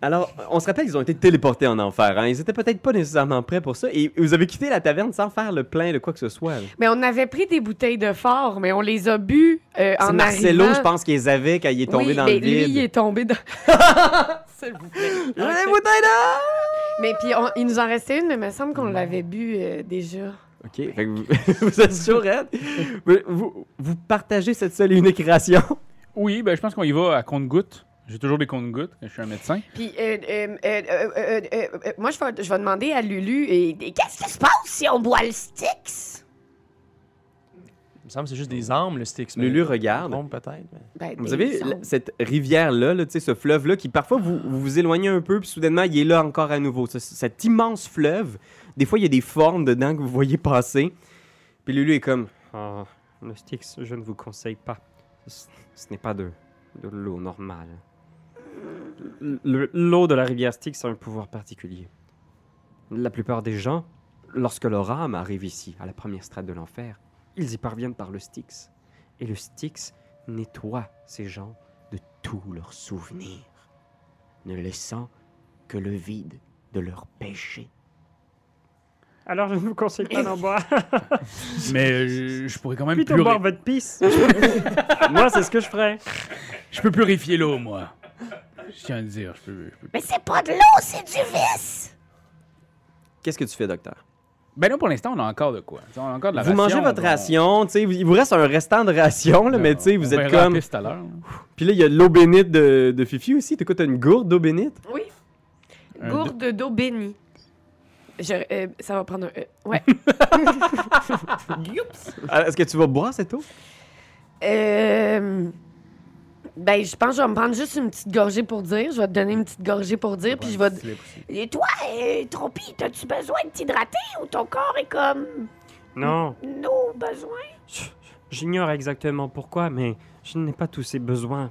A: Alors, on se rappelle qu'ils ont été téléportés en enfer. Hein? Ils étaient peut-être pas nécessairement prêts pour ça. Et vous avez quitté la taverne sans faire le plein de quoi que ce soit. là.
B: Mais on avait pris des bouteilles de fort, mais on les a bu euh, en
A: C'est Marcelo,
B: arrivant.
A: je pense, qu'ils les avait quand il est tombé
B: oui,
A: dans
B: mais
A: le vide.
B: lui, il est tombé dans... S'il vous plaît.
A: J'en ai une bouteille d'eau!
B: Mais puis, on- il nous en restait une, mais il me semble qu'on l'avait bu euh, déjà.
A: OK, fait que vous, vous êtes sûr, Red? Vous- Vous, vous partagez cette seule et unique ration.
C: Oui, ben je pense qu'on y va à compte-gouttes. J'ai toujours des comptes-gouttes quand je suis un médecin.
B: Puis, euh, euh, euh, euh, euh, euh, euh, moi, je vais, je vais demander à Lulu, et, et qu'est-ce qui se passe?
F: Si on boit le Styx,
D: Il me semble que c'est juste des armes, le Styx. mais-
A: Lulu regarde.
D: Trompe peut-être. mais-
B: Ben,
A: Vous
B: des
A: savez,
B: sons.
A: la- cette rivière-là, là, tu sais, ce fleuve-là, qui parfois vous vous, vous éloignez un peu, puis soudainement, il est là encore à nouveau. Ce- cet immense fleuve, des fois, il y a des formes dedans que vous voyez passer. Puis Lulu est comme, oh,
E: Ah, le Styx, je ne vous conseille pas.
A: ce ce n'est pas de, de l'eau normale.
E: Le- L'eau de la rivière Styx a un pouvoir particulier.
A: La plupart des gens, lorsque leur âme arrive ici, à la première strate de l'enfer, ils y parviennent par le Styx. Et le Styx nettoie ces gens de tous leurs souvenirs, ne laissant que le vide de leurs péchés.
E: Alors je ne vous conseille pas d'en boire.
C: Mais euh, je, je pourrais quand même
E: Plutôt
C: plus
E: boire votre pisse. Moi, c'est ce que je ferais.
C: Je peux purifier l'eau, moi. Je tiens à le dire. Je peux, je peux-
F: mais c'est pas de l'eau, c'est du vice.
A: Qu'est-ce que tu fais, docteur?
C: Ben là, pour l'instant, on a encore de quoi. On a encore de la
A: vous
C: ration,
A: mangez votre
C: on-
A: ration, tu sais, vous- il vous reste un restant de ration, là, mais tu sais,
C: on
A: vous
C: verra
A: êtes
C: la
A: comme...
C: piste à l'heure.
A: Puis là, il y a de l'eau bénite de, de Fifi aussi. T'as quoi, t'as une gourde d'eau bénite?
B: Oui.
C: Un
B: Gourde d'eau bénie. Je- euh, ça va prendre un. euh, ouais.
A: Ah, Est-ce que tu vas boire cette eau?
B: Euh, ben, je pense que je vais me prendre juste une petite gorgée pour dire. Je vais te donner une petite gorgée pour dire, puis je vais.
F: Et toi, euh, Trompi, t'as-tu besoin de t'hydrater ou ton corps est comme
E: Non,
F: nos besoins?
E: j'ignore exactement pourquoi, mais je n'ai pas tous ces besoins.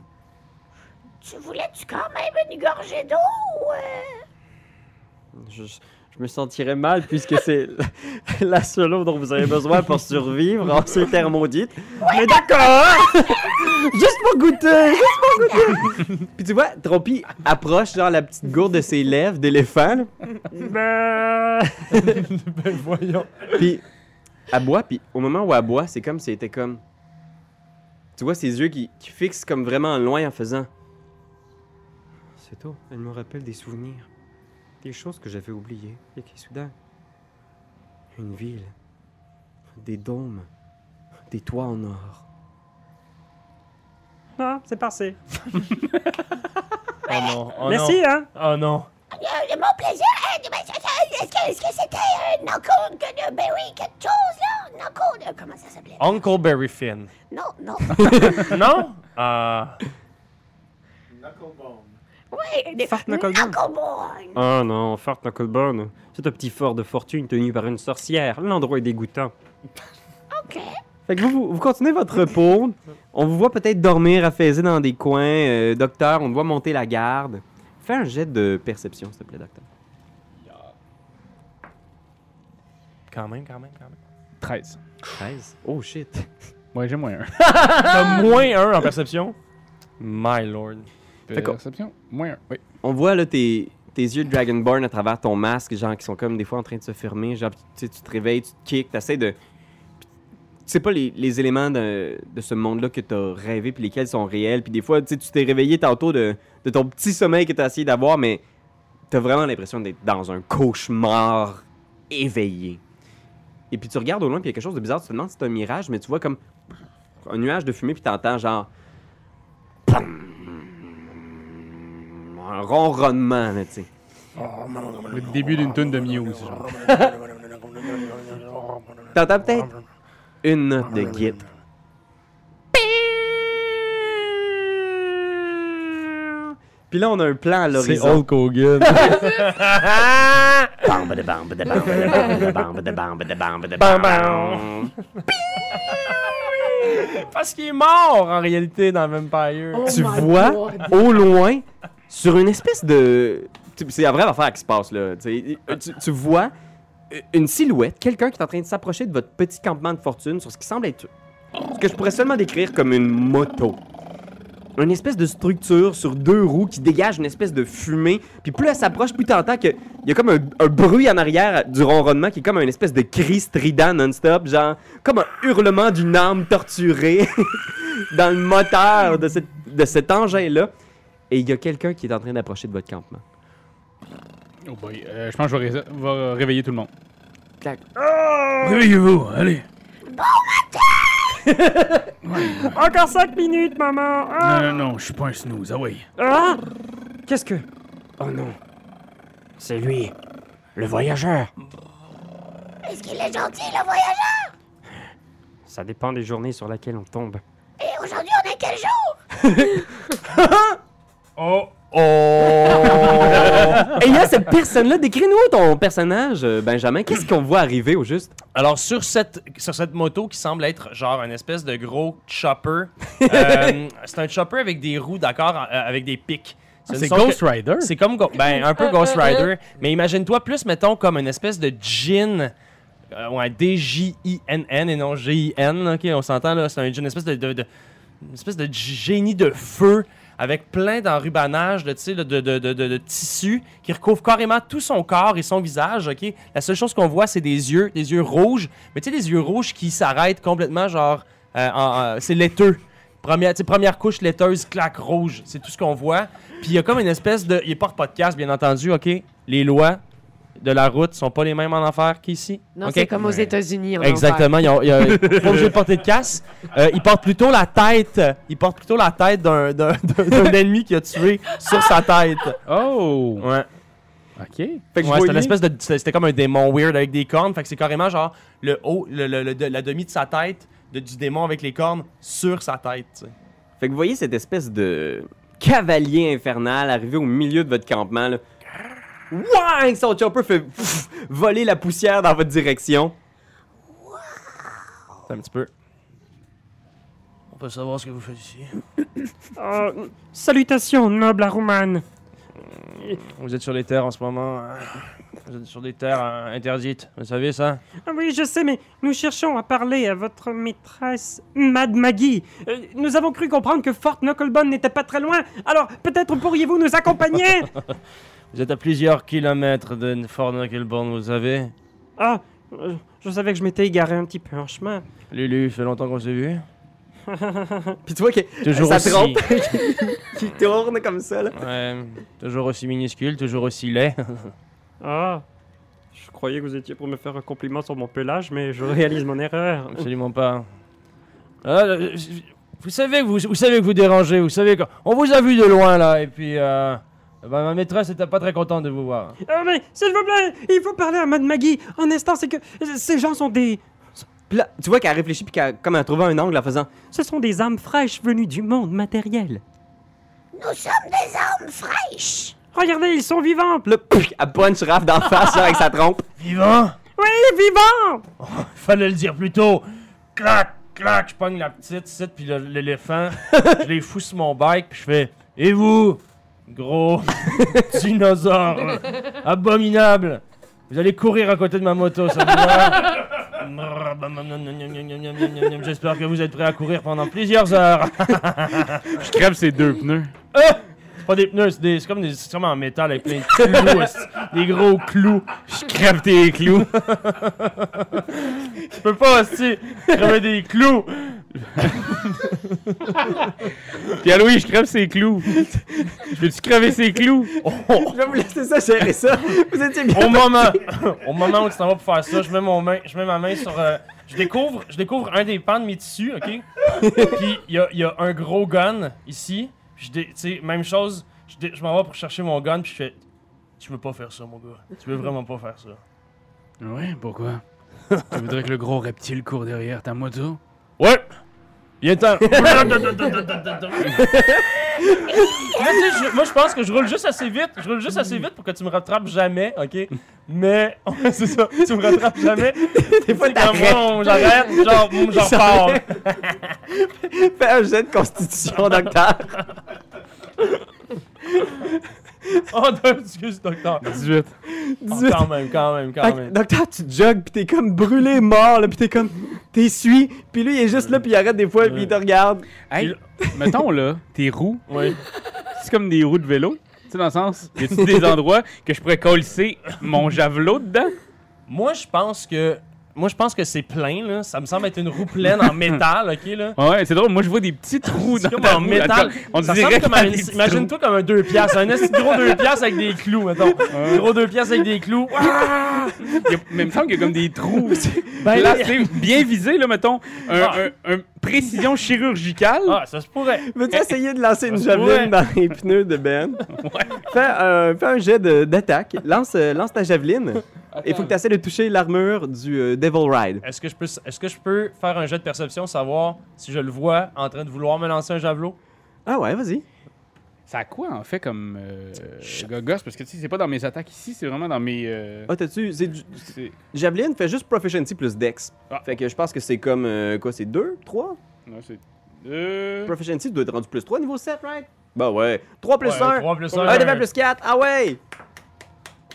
F: Tu voulais-tu quand même une gorgée d'eau ou... euh,
A: Je, je me sentirais mal puisque c'est la, la seule eau dont vous avez besoin pour survivre Oh, en ces terres maudites. Mais d'accord! Juste pour goûter! Juste pour goûter! Puis tu vois, Trompi approche genre la petite gourde de ses lèvres d'éléphant, là,
E: Ben,
D: Ben voyons.
A: puis elle boit, puis au moment où elle boit, c'est comme si elle était comme... Tu vois ses yeux qui, qui fixent comme vraiment loin en faisant...
E: Cette eau, elle me rappelle des souvenirs. Des choses que j'avais oubliées et qui soudain.
A: Une ville. Des dômes. Des toits en or.
E: Ah, c'est passé.
D: Oh non. Oh
E: Merci,
D: non.
E: hein.
D: Oh non.
F: Euh, mon plaisir, hein, mais, euh, euh, est-ce que est-ce que c'était euh, une encours de... Ben oui, quelque chose, là, une encours de... Comment ça s'appelait?
D: Uncle Barry Finn.
G: Ah
D: Euh,
F: Non, non.
D: non? Ah.
F: Oui,
E: Fort Knucklebone.
F: Knucklebone.
A: Ah
E: Oh non, Fort Knucklebone. C'est un petit fort de fortune tenu par une sorcière. L'endroit est dégoûtant.
F: OK.
A: Fait que vous, vous, vous continuez votre repos. On vous voit peut-être dormir, affaisé dans des coins. Euh, docteur, on te voit monter la garde. Fais un jet de perception, s'il te plaît, docteur.
D: Quand même, quand même, quand même.
C: 13.
A: 13. Oh shit.
C: Ouais, j'ai moyen.
D: T'as moins 1 en perception? My lord.
A: D'accord.
C: Perception, moyen. Oui.
A: On voit là tes, tes yeux de Dragonborn à travers ton masque, genre qui sont comme des fois en train de se fermer. Genre, tu, sais, tu te réveilles, tu te kicks, t'essaies de. Tu sais pas les, les éléments de, de ce monde-là que t'as rêvé, puis lesquels sont réels. Puis des fois, tu sais, tu t'es réveillé tantôt de, de ton petit sommeil que t'as essayé d'avoir, mais t'as vraiment l'impression d'être dans un cauchemar éveillé. Et puis tu regardes au loin, puis il y a quelque chose de bizarre. Tu te demandes si c'est un mirage, mais tu vois comme un nuage de fumée, puis t'entends genre. un ronronnement, là, tu sais.
C: Le début d'une tonne de Muse. genre.
A: T'entends peut-être une note de guide. Puis là, on a un plan à l'horizon.
D: Hogan. Parce qu'il est mort en réalité dans Vampire.
A: Tu vois au loin, sur une espèce de. tu- C'est la vraie affaire qui se passe, là. Tu, sais, euh, tu- tu vois euh, une silhouette, quelqu'un qui est en train de s'approcher de votre petit campement de fortune sur ce qui semble être. Ce que je pourrais seulement décrire comme une moto. Une espèce de structure sur deux roues qui dégage une espèce de fumée. Puis plus elle s'approche, plus t'entends que il y a comme un, un bruit en arrière du ronronnement qui est comme une espèce de cri strident non-stop, genre comme un hurlement d'une âme torturée dans le moteur de, cette- de cet engin-là. Et il y a quelqu'un qui est en train d'approcher de votre campement.
C: Oh boy. Euh, je pense que je vais, ré- va réveiller tout le monde. Oh!
A: Clac.
C: Réveillez-vous, allez.
E: Encore 5 minutes, maman.
C: Non,
E: Ah,
C: non, non, je suis pas un snooze. Ah oui.
E: Ah! Qu'est-ce que. Oh non. C'est lui. Le voyageur.
F: Est-ce qu'il est gentil, le voyageur?
E: Ça dépend des journées sur lesquelles on tombe.
F: Et aujourd'hui, on est quel jour?
D: Oh, Ah.
A: Et là, cette personne-là, décris-nous ton personnage, euh, Benjamin. Qu'est-ce qu'on voit arriver au juste?
D: Alors, sur cette, sur cette moto qui semble être genre une espèce de gros chopper, euh, c'est un chopper avec des roues, d'accord, euh, avec des pics. Ce ne
C: Ah, C'est
D: sont que-
C: Ghost Rider.
D: C'est comme Go- ben, un peu Ghost Rider, mais imagine-toi plus, mettons, comme une espèce de gin. euh, ouais, D-J-I-N-N et non G-I-N, ok, on s'entend là, c'est un gin, une espèce de, de- de- une espèce de génie de feu avec plein d'enrubanages de, tu sais, de, de, de, de, de- de tissu qui recouvre carrément tout son corps et son visage, ok. La seule chose qu'on voit, c'est des yeux, des yeux rouges, mais tu sais, des yeux rouges qui s'arrêtent complètement, genre, euh, en- en- c'est laiteux. Première, tu sais, première couche laiteuse, claque rouge, c'est tout ce qu'on voit. Puis il y a comme une espèce de. Il porte podcast, bien entendu, OK? Les lois de la route sont pas les mêmes en enfer qu'ici.
B: Non,
D: OK?
B: c'est comme aux États-Unis. en
D: Exactement. Ils ont, ils ont- ils sont pas obligés de porter de casse. Euh, ils portent plutôt la tête. Ils portent plutôt la tête d'un, d'un, d'un- d'un ennemi qui a tué sur sa tête.
C: Oh.
D: Ouais.
C: Ok.
A: Fait que je
D: Ouais, c'était une
A: voyais-
D: espèce de. C'était c'était comme un démon weird avec des cornes. Fait que c'est carrément genre le haut, le, le- le- de- la demi de sa tête de- du démon avec les cornes sur sa tête. tu sais.
A: Fait que vous voyez cette espèce de cavalier infernal arriver au milieu de votre campement. Là. Ouah! Son chopper fait pff, voler la poussière dans votre direction.
D: C'est un petit peu. On peut savoir ce que vous faites ici.
E: Oh, salutations, noble Aruman.
D: Vous êtes sur les terres en ce moment. euh, Vous êtes sur des terres euh, interdites. Vous savez ça
E: Ah oui, je sais, mais nous cherchons à parler à votre maîtresse, Mad Maggie. Euh, nous avons cru comprendre que Fort Knucklebone n'était pas très loin, alors peut-être pourriez-vous nous accompagner
D: Vous êtes à plusieurs kilomètres de Fort Knucklebone, vous savez.
E: Ah, euh, je savais que je m'étais égaré un petit peu en chemin.
D: Lulu, ça fait longtemps qu'on s'est vu.
A: Puis tu vois que
D: Toujours
A: sa
D: aussi.
A: trompe qui tourne comme ça. Là.
D: Ouais, toujours aussi minuscule, toujours aussi laid.
E: Ah, je croyais que vous étiez pour me faire un compliment sur mon pelage, mais je réalise mon erreur.
D: Absolument pas. Ah, euh, vous savez que vous, vous savez que vous dérangez. Vous savez qu'on vous a vu de loin là, et puis euh, ben, ma maîtresse n'était pas très contente de vous voir.
E: Ah, mais s'il vous plaît, il faut parler à Mad Maggie. En instant, c'est que euh, ces gens sont des...
A: Puis là, tu vois qu'elle réfléchit, puis qu'elle comme elle a trouvé un angle en faisant
E: Ce sont des âmes fraîches venues du monde matériel.
F: Nous sommes des âmes fraîches.
E: Regardez, ils sont vivants.
A: Puis là, pouf, elle punch Raph d'en face là, avec sa trompe.
D: Vivant!
E: Oui, vivants.
D: Fallait le dire plus tôt! Clac! Clac! Je pogne la petite, c'est puis le- l'éléphant. je les fous sur mon bike, puis je fais « Et vous, gros dinosaure abominable, vous allez courir à côté de ma moto, ça vous va? J'espère que vous êtes prêts à courir pendant plusieurs heures.
C: Je crève ses deux pneus.
D: C'est pas des pneus, c'est des- c'est comme, des- c'est comme en métal avec plein de clous, esti. des gros clous.
C: Je crève tes clous.
D: Je peux pas aussi crever des clous.
C: Puis Louis, je crève ses clous. Je Peux-tu crever ses clous?
A: Je vais vous laisser ça, gérer ça. Vous étiez bien.
D: au moment, au moment où tu t'en vas pour faire ça, je mets mon main, je mets ma main sur, euh, je découvre, je découvre un des pans de mes tissus, ok. Puis il y a, il y a un gros gun ici. Puis je dé- tu sais, même chose, je, dé- je m'en vais pour chercher mon gun, puis je fais, tu veux pas faire ça, mon gars, tu veux vraiment pas faire ça.
C: Ouais, pourquoi? tu voudrais que le gros reptile court derrière ta moto?
D: Ouais. Il est temps. Là, tu sais, je- moi, je pense que je roule juste assez vite. Je roule juste assez vite pour que tu me rattrapes jamais, ok? Mais, c'est ça, tu me rattrapes jamais. Des
A: fois, t'arrêtes.
D: J'arrête, genre, boum, j'en
A: Ça
D: repars.
A: Fais un jet de constitution, docteur.
D: Oh, non, excuse, docteur.
C: 18.
D: Oh, quand même, quand même,
A: Fait
D: quand
A: que,
D: même.
A: docteur, tu jogues, pis t'es comme brûlé, mort, là, pis t'es comme. T'essuies, pis lui, il est juste là, pis il arrête des fois, pis il te regarde.
C: Hey, mettons là, tes roues,
D: Oui.
C: c'est comme des roues de vélo. Tu sais, dans le sens, y a-tu des endroits que je pourrais colisser mon javelot dedans?
D: Moi, je pense que. Moi, je pense que c'est plein, là. Ça me semble être une roue pleine en métal, ok, là.
C: Ouais, Ah ouais, c'est drôle. Moi, je vois des petits trous
D: C'est
C: dans
D: comme
C: ta
D: en
C: roue.
D: métal.
C: Attends, On
D: Ça
C: dirait
D: ressemble comme à
C: que
D: une- Imagine-toi comme un 2 piastres. Un esti de gros 2 piastres avec des clous, mettons. Gros 2 piastres avec des clous. Ah,
C: Même temps qu'il y a comme des trous.
D: Ben,
C: là,
D: les-
C: c'est bien visé, là, mettons. Un,
D: Ah.
C: un- un précision chirurgicale.
D: Ah, ça se pourrait.
A: Veux-tu essayer de lancer une
D: se
A: javeline dans
D: pourrait.
A: les pneus de Ben? Fais, un- fais un jet de- d'attaque. Lance, euh, lance ta javeline. Il faut que t'essaies de toucher l'armure du euh, Devil Ride.
D: Est-ce que, je peux, est-ce que je peux faire un jet de perception, savoir si je le vois en train de vouloir me lancer un javelot?
A: Ah ouais, vas-y.
C: Ça a quoi, en fait, comme euh, gogos? Parce que, tu sais, c'est pas dans mes attaques ici, c'est vraiment dans mes... euh,
A: Ah, t'as-tu. c'est du-
C: c'est-
A: Javeline fait juste proficiency plus dex.
C: Ah.
A: Fait que je pense que c'est comme. euh, quoi, c'est 2, 3
C: Non, c'est... Euh,
A: Proficiency doit être rendu plus 3 niveau 7, right Bah ouais. 3 plus
D: Ouais,
A: 1.
D: trois plus
A: 1
D: un.
A: devient plus 4. Ah ouais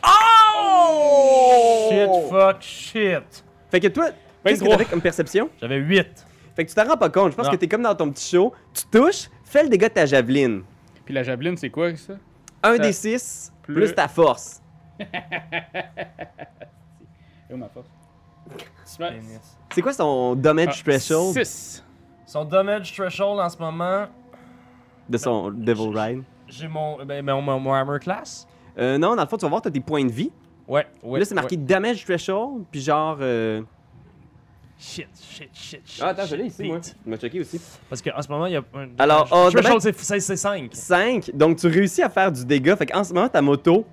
D: Oh! Shit, fuck, shit.
A: Oh! Fait que toi, qu'est-ce que
C: 23.
A: t'avais comme perception
D: J'avais 8.
A: Fait que tu t'en rends pas compte. Je pense
D: Non.
A: que t'es comme dans ton petit show. Tu touches, fais le dégât de ta javeline.
C: Puis la javeline, c'est quoi, ça?
A: 1
C: Ça-
A: des 6
C: plus-
A: plus ta force.
C: Oh, ma force.
A: C'est quoi son damage
C: Ah,
D: Ah,
A: threshold
C: 6.
D: Son damage threshold en ce moment,
A: de son Devil Ride?
D: j'ai mon, ben, mon, mon, mon armor class.
A: Euh, non, dans le fond, tu vas voir, t'as tes points de vie.
D: Ouais, ouais.
A: là, c'est marqué damage threshold, puis genre. euh,
D: ouais. Shit, shit, shit, shit.
A: Ah, attends, je l'ai
D: shit,
A: ici, moi.
D: shit.
A: Je m'ai checké aussi.
D: Parce qu'en ce moment, il y a un.
A: Alors,
D: damage-
A: oh,
D: threshold, c'est- c'est c'est 5.
A: 5. Donc, tu réussis à faire du dégât. Fait qu'en ce moment, ta moto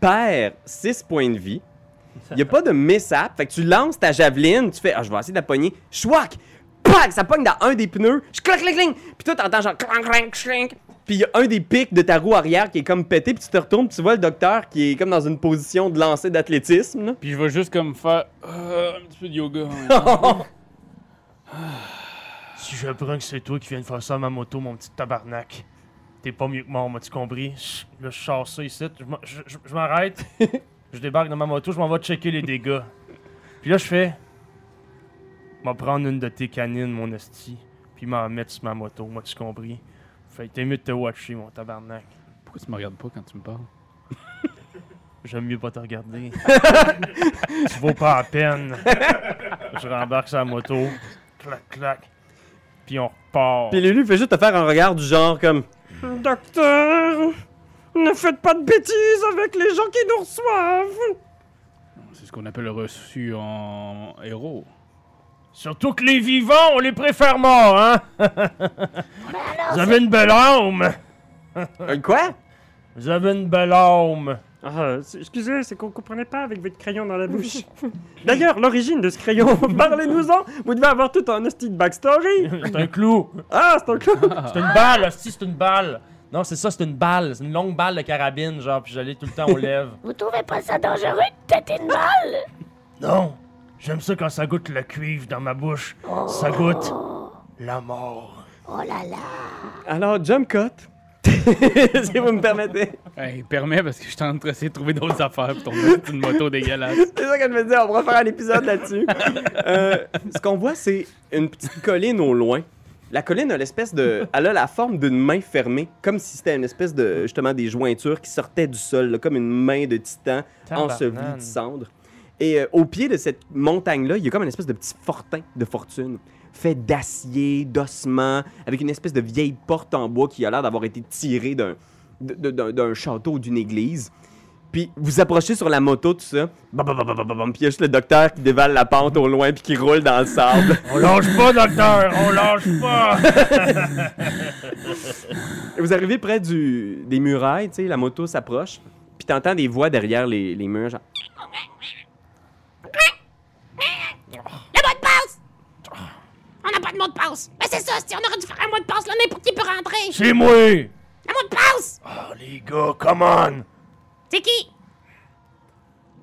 A: perd 6 points de vie. Il a pas de mishap. Fait que tu lances ta javeline. Tu fais, ah, je vais essayer de la pogner. Chouac! Pac! Ça pogne dans un des pneus. Je clac, clac, clac! Puis toi, t'entends genre clank, clank, clink. Puis il y a un des pics de ta roue arrière qui est comme pété. Puis tu te retournes. Puis tu vois le docteur qui est comme dans une position de lancer d'athlétisme. là.
C: Puis je vais juste comme faire euh, un petit peu de yoga.
D: Si j'apprends que c'est toi qui viens de faire ça à ma moto, mon petit tabarnak, t'es pas mieux que moi, m'as-tu compris? Chut, Là, je sors ça ici, je m'en- je je- je m'arrête, je débarque dans ma moto, je m'en vais checker les dégâts. Puis là, je fais. M'en prendre une de tes canines, mon esti, puis m'en mettre sur ma moto, m'as-tu compris? Fait que t'es mieux de te watcher, mon tabarnak.
C: Pourquoi tu me regardes pas quand tu me parles?
D: J'aime mieux pas te regarder. tu vaux pas la peine. Je rembarque sur la moto, clac, clac, puis on repart.
A: Puis Lulu fait juste te faire un regard du genre comme.
E: Docteur, ne faites pas de bêtises avec les gens qui nous reçoivent.
C: C'est ce qu'on appelle le reçu en héros.
D: Surtout que les vivants, on les préfère morts, hein? Vous avez une belle âme!
A: Euh, Quoi?
D: Vous avez une belle âme!
E: Ah, c'est- excusez, c'est qu'on comprenait pas avec votre crayon dans la bouche. D'ailleurs, l'origine de ce crayon, parlez-nous-en. Vous devez avoir tout un hostie de backstory.
D: C'est un clou!
E: Ah, c'est un clown.
D: C'est une balle, hostie, c'est une balle! Non, c'est ça, c'est une balle. C'est une longue balle de carabine, genre, puis j'allais tout le temps aux lèvres.
F: Vous trouvez pas ça dangereux de tâter une balle?
H: Non, j'aime ça quand ça goûte le cuivre dans ma bouche. Ça goûte la mort.
F: Oh là là!
A: Alors, jump cut. si vous me permettez.
C: Hey, permet parce que je suis en train d'essayer de trouver d'autres affaires pour tomber sur une moto dégueulasse.
A: C'est ça qu'elle me dit, on va faire un épisode là-dessus. Euh, ce qu'on voit, c'est une petite colline au loin. La colline a l'espèce de. Elle a la forme d'une main fermée, comme si c'était une espèce de. Justement, des jointures qui sortaient du sol, là, comme une main de titan
D: Tabarnane.
A: ensevelie de cendres. Et euh, au pied de cette montagne-là, il y a comme une espèce de petit fortin de fortune, fait d'acier, d'ossements, avec une espèce de vieille porte en bois qui a l'air d'avoir été tirée d'un de- d'un- d'un château ou d'une église. Puis vous approchez sur la moto, tout ça. Bam, bam, bam, bam, bam, bam. Puis il y a juste le docteur qui dévale la pente au loin puis qui roule dans le sable.
H: On lâche pas, docteur, on lâche pas.
A: Et vous arrivez près du, des murailles, tu sais, la moto s'approche. Puis t'entends des voix derrière les, les murs, genre.
F: Le mot de passe! On n'a pas de mot de passe. Ben c'est ça, si on aurait dû faire un mot de passe, là, n'importe qui peut rentrer.
H: C'est moi.
F: Un mot de passe!
H: Oh, les gars, come on.
F: C'est qui?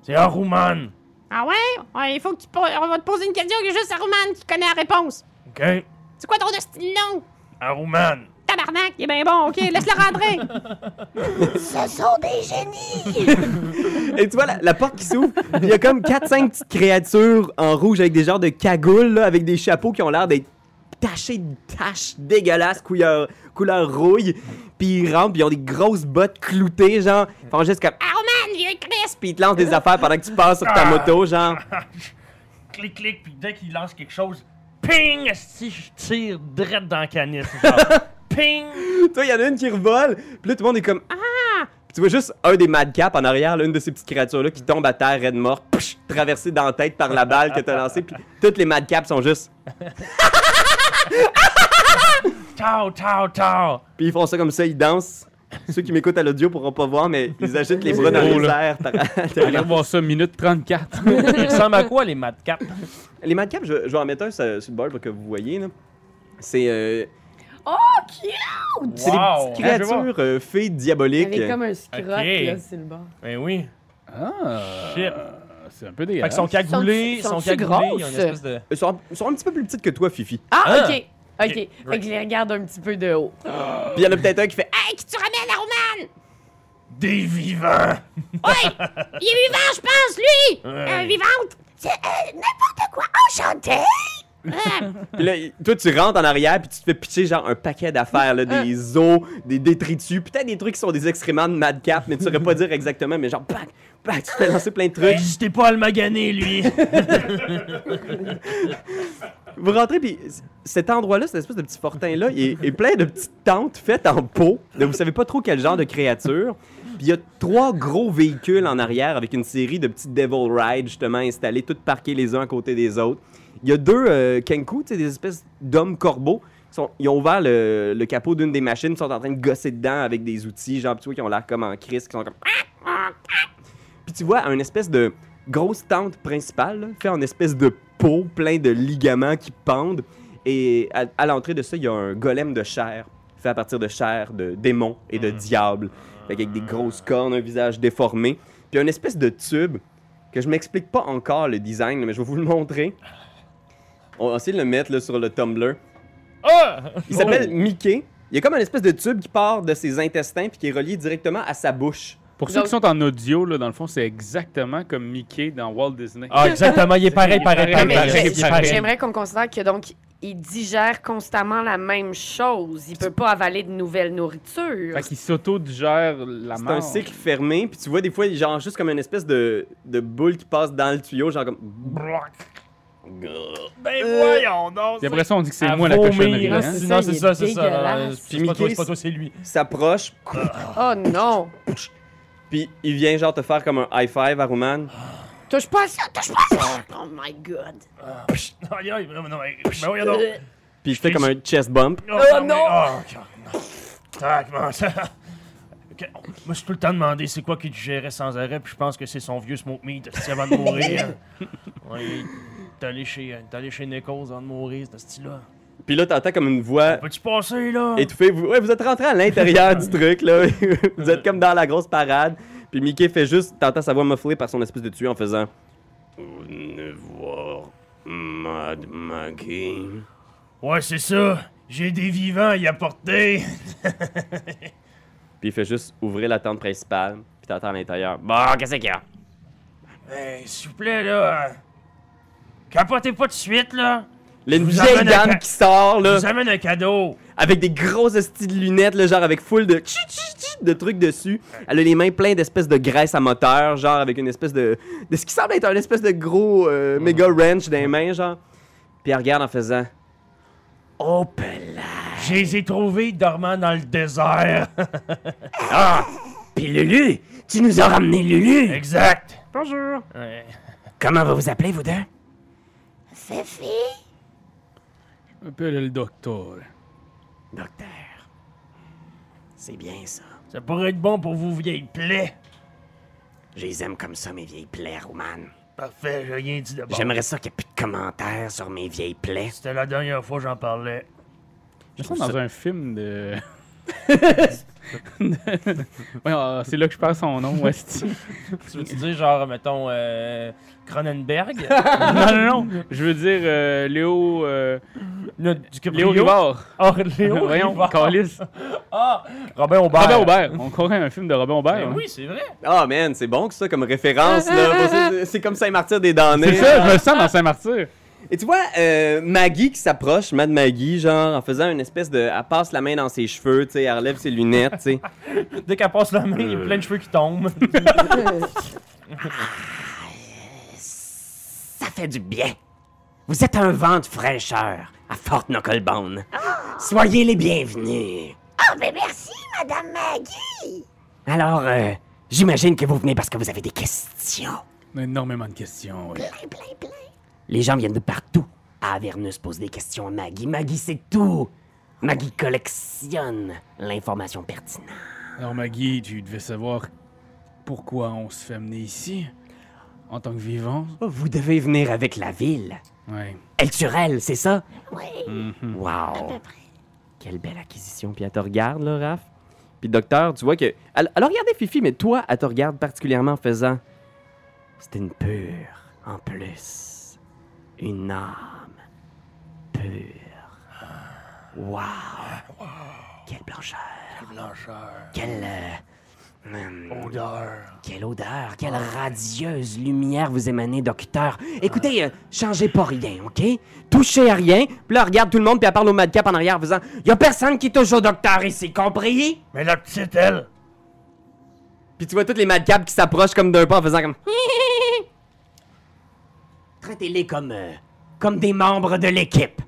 H: C'est un Rouman.
F: Ah ouais? Ouais, il faut que tu... po- On va te poser une question que juste un Roumane qui connaît la réponse.
H: OK?
F: C'est quoi ton de style long?
H: Un Rouman.
F: Tabarnak, il est bien bon, OK? Laisse-le rentrer.
G: Ce sont des génies!
A: Et tu vois la, la porte qui s'ouvre, puis il y a comme 4-5 petites créatures en rouge avec des genres de cagoules, là, avec des chapeaux qui ont l'air d'être tachés de taches dégueulasses, couleur, couleur rouille. Puis ils rentrent, puis ils ont des grosses bottes cloutées, genre. Ils font juste comme. Oh,
F: Ah, Roumane, vieux Chris!
A: Puis ils te lancent des affaires pendant que tu passes sur ta moto, genre.
H: Clic, clic, puis dès qu'il lance quelque chose, ping, si je tire direct dans le canis. genre. ping.
A: tu vois, il y en a une qui revole, puis là, tout le monde est comme Ah! Puis tu vois juste un des madcaps en arrière, là, une de ces petites créatures-là qui tombe à terre, raide morte, psh, traversée dans la tête par la balle que t'as lancée, puis toutes les madcaps sont juste.
D: Tao, tao, tao.
A: Puis ils font ça comme ça, ils dansent. Ceux qui m'écoutent à l'audio pourront pas voir, mais ils agitent les bras dans les airs. par-
C: Allez voir ça, minute 34.
D: Ils ressemblent à quoi, les madcaps?
A: les madcaps, je, je vais en mettre un sur, sur le board pour que vous voyez. là. C'est euh,
B: Oh,
A: c'est des
D: Wow!
A: petites
D: Hein, je veux voir.
A: créatures euh, fées diaboliques.
B: Avec comme un scrotte,
D: Ok.
B: là, sur le bord.
D: Ben oui.
C: Ah,
D: Shit.
C: c'est un peu
D: Fait qu'ils
C: dégueulasse.
D: sont cagoulés,
B: Sont-
D: sont
B: sont-tu
D: cagoulés, ils ont
B: grosses?
D: une espèce de...
A: Elles sont, elles sont un petit peu plus petites que toi, Fifi.
B: Ah,
D: Ah!
B: OK. OK.
D: Ok,
B: Fait que je les regarde un petit peu de haut.
A: Puis il y en a peut-être un qui fait ah!
F: Hey, qui tu ramènes à Roumane?
H: Des vivants.
F: Ouais! il est vivant, je pense, lui! Euh, vivante!
G: C'est euh, n'importe quoi, enchanté!
A: Puis là, il- toi, tu rentres en arrière, puis tu te fais pitcher genre un paquet d'affaires, là, des os, des détritus, peut-être des trucs qui sont des excréments de madcap, mais tu saurais pas dire exactement, mais genre, bang, bang, tu te fais lancer plein de trucs.
H: N'hésitez pas à le maganer, lui.
A: Vous rentrez, puis c- cet endroit-là, cette espèce de petit fortin-là, il est, est plein de petites tentes faites en peau. Donc, vous savez pas trop quel genre de créature. Puis il y a trois gros véhicules en arrière avec une série de petits Devil Rides, justement, installés, toutes parqués les uns à côté des autres. Il y a deux euh, Kenku, tu sais, des espèces d'hommes corbeaux. qui sont- ils ont ouvert le, le capot d'une des machines, ils sont en train de gosser dedans avec des outils, genre, tu vois, qui ont l'air comme en crise, qui sont comme. Puis tu vois un espèce de grosse tente principale, là, fait en espèce de peau plein de ligaments qui pendent. Et à, à l'entrée de ça, il y a un golem de chair, fait à partir de chair de démons et de diables. Fait avec des grosses cornes, un visage déformé. Puis une espèce de tube que je m'explique pas encore le design, mais je vais vous le montrer. On va essayer de le mettre là, sur le Tumblr. Il s'appelle Mickey. Il y a comme une espèce de tube qui part de ses intestins puis qui est relié directement à sa bouche.
C: Pour ceux qui sont en audio, là, dans le fond, c'est exactement comme Mickey dans Walt Disney.
D: Ah, exactement, il est pareil, pareil,
B: Ah,
D: pareil,
B: mais
C: pareil,
B: j'ai-
D: pareil,
B: j'ai-
D: pareil.
B: J'aimerais qu'on considère que donc il digère constamment la même chose. Il peut pas avaler de nouvelles nourritures.
C: Fait qu'ils s'auto-digèrent la
A: C'est
C: Ah, mort.
A: un cycle fermé, puis tu vois des fois, genre, juste comme une espèce de, de boule qui passe dans le tuyau, genre comme.
H: ben voyons donc.
C: Puis après ça, on dit que Euh, c'est
D: À
C: moi la
D: vomir,
C: cochonnerie.
H: Ah,
D: hein,
C: Hein?
D: c'est-
B: C'est
D: Non,
B: ça, il
D: c'est
B: est
D: ça, c'est ça. non, non,
B: dégueulasse.
D: C'est pas toi,
A: Mickey,
D: c'est pas toi, c'est lui.
A: s'approche,
B: Oh non!
A: puis il vient, genre, te faire comme un high five à Roman.
B: Touche pas à ça! Touche pas à ça! Oh my god!
H: Aïe, aïe, vraiment, Ah, non, mais- ben voyons donc.
D: euh,
A: Puis il fait comme un chest bump.
H: Oh, non! mais- oh, non. Ah, comment ça? Ok, Moi, je suis tout le temps demandé c'est quoi qu'il gérait sans arrêt, puis je pense que c'est son vieux smoke meat c'est avant de mourir. ouais, il est allé chez, il est allé chez Nichols avant de mourir, ce style-là.
A: Puis là, t'entends comme une voix
H: Peux-tu passer,
E: Ah.
H: là?
A: étouffée. Vous, ouais, vous êtes rentré à l'intérieur du truc, là. vous êtes comme dans la grosse parade. Puis Mickey fait juste, t'entends sa voix mufflée par son espèce de tuyau en faisant Vous venez voir Mad Maggie.
H: Ouais, c'est ça. J'ai des vivants à y apporter.
A: Puis il fait juste ouvrir la tente principale. Puis t'entends à l'intérieur Bah! Bon, qu'est-ce qu'il y a
H: Hey, Ben, s'il vous plaît, là. euh, Capotez pas de suite, là.
A: Là, une
H: Vous
A: vieille
H: amène un
A: dame
H: ca-
A: qui sort,
H: Je
A: là.
H: vous amène un cadeau.
A: avec des grosses styles de lunettes, là, genre avec full de tchou, tchou, tchou de trucs dessus. Elle a les mains pleines d'espèces de graisse à moteur, genre avec une espèce de, de ce qui semble être un espèce de gros euh, méga wrench dans les mains, genre. Puis elle regarde en faisant
H: Je les ai trouvés dormant dans le désert.
A: Puis Lulu, tu nous as ramené Lulu.
H: exact.
E: Bonjour.
H: Ouais.
A: Comment va vous appeler vous deux
G: Fifi,
C: Appelle le docteur.
A: Docteur. C'est bien ça.
H: Ça pourrait être bon pour vous vieilles plaies.
A: Je les aime comme ça mes vieilles plaies, Roman.
H: Parfait, j'ai rien dit de bon.
A: J'aimerais ça qu'il n'y ait plus de commentaires sur mes vieilles plaies.
H: C'était la dernière fois que j'en parlais.
C: Je sens dans un film de. Ouais, euh, c'est là que je perds son nom, Westy.
D: Tu veux-tu dire, genre, mettons, euh, Cronenberg?
C: non, non, non. Je veux dire euh, Léo. euh,
D: Le- du
C: Léo
D: Cabrio?
C: Rivard.
D: Ah, Léo
C: Voyons,
D: Rivard.
C: Calis.
D: Ah, Robin Aubert.
C: Robin Aubert. On croirait un film de Robin Aubert.
D: Ben
C: hein.
D: oui, c'est vrai.
A: Ah man, c'est bon que ça comme référence là. C'est- C'est comme Saint-Martyr des damnés.
C: C'est ça, je me sens dans Saint-Martyr.
A: Et tu vois, euh, Maggie qui s'approche, Mad Maggie, genre, en faisant une espèce de. Elle passe la main dans ses cheveux, tu sais, elle relève ses lunettes, tu sais.
D: Dès qu'elle passe la main, il y a plein de cheveux qui tombent.
A: Ça fait du bien. Vous êtes un vent de fraîcheur à Fort Knucklebone. Soyez les bienvenus.
G: oh, ben merci, Madame Maggie.
A: Alors, euh, j'imagine que vous venez parce que vous avez des questions.
C: Énormément de questions. ouais.
G: Plein, plein, plein.
A: Les gens viennent de partout. À Avernus pose des questions à Maggie. Maggie, c'est tout. Maggie collectionne l'information pertinente.
C: Alors, Maggie, tu devais savoir pourquoi on se fait amener ici en tant que vivant.
A: Oh, Vous devez venir avec la ville.
C: Ouais.
A: Elle sur elle, c'est ça?
G: Oui, à
A: Wow.
G: peu près.
A: Quelle belle acquisition. Puis elle te regarde, là, Raph. Puis docteur, tu vois que. Elle, elle a regardé Fifi, mais toi, elle te regarde particulièrement en faisant. C'était une pure, en plus. Une âme pure. Wow. Quelle blancheur. Quelle. euh, hum,
H: Odeur.
A: quelle odeur, quelle radieuse lumière vous émanez, docteur. Écoutez, euh, changez pas rien, OK? Touchez à rien. Puis là, regarde tout le monde, puis elle parle au madcap en arrière en faisant « Y'a personne qui touche au docteur ici, compris?
H: Mais la petite, elle. »
A: Puis tu vois tous les madcaps qui s'approchent comme d'un pas en faisant comme « Traitez-les comme, euh, comme des membres de l'équipe.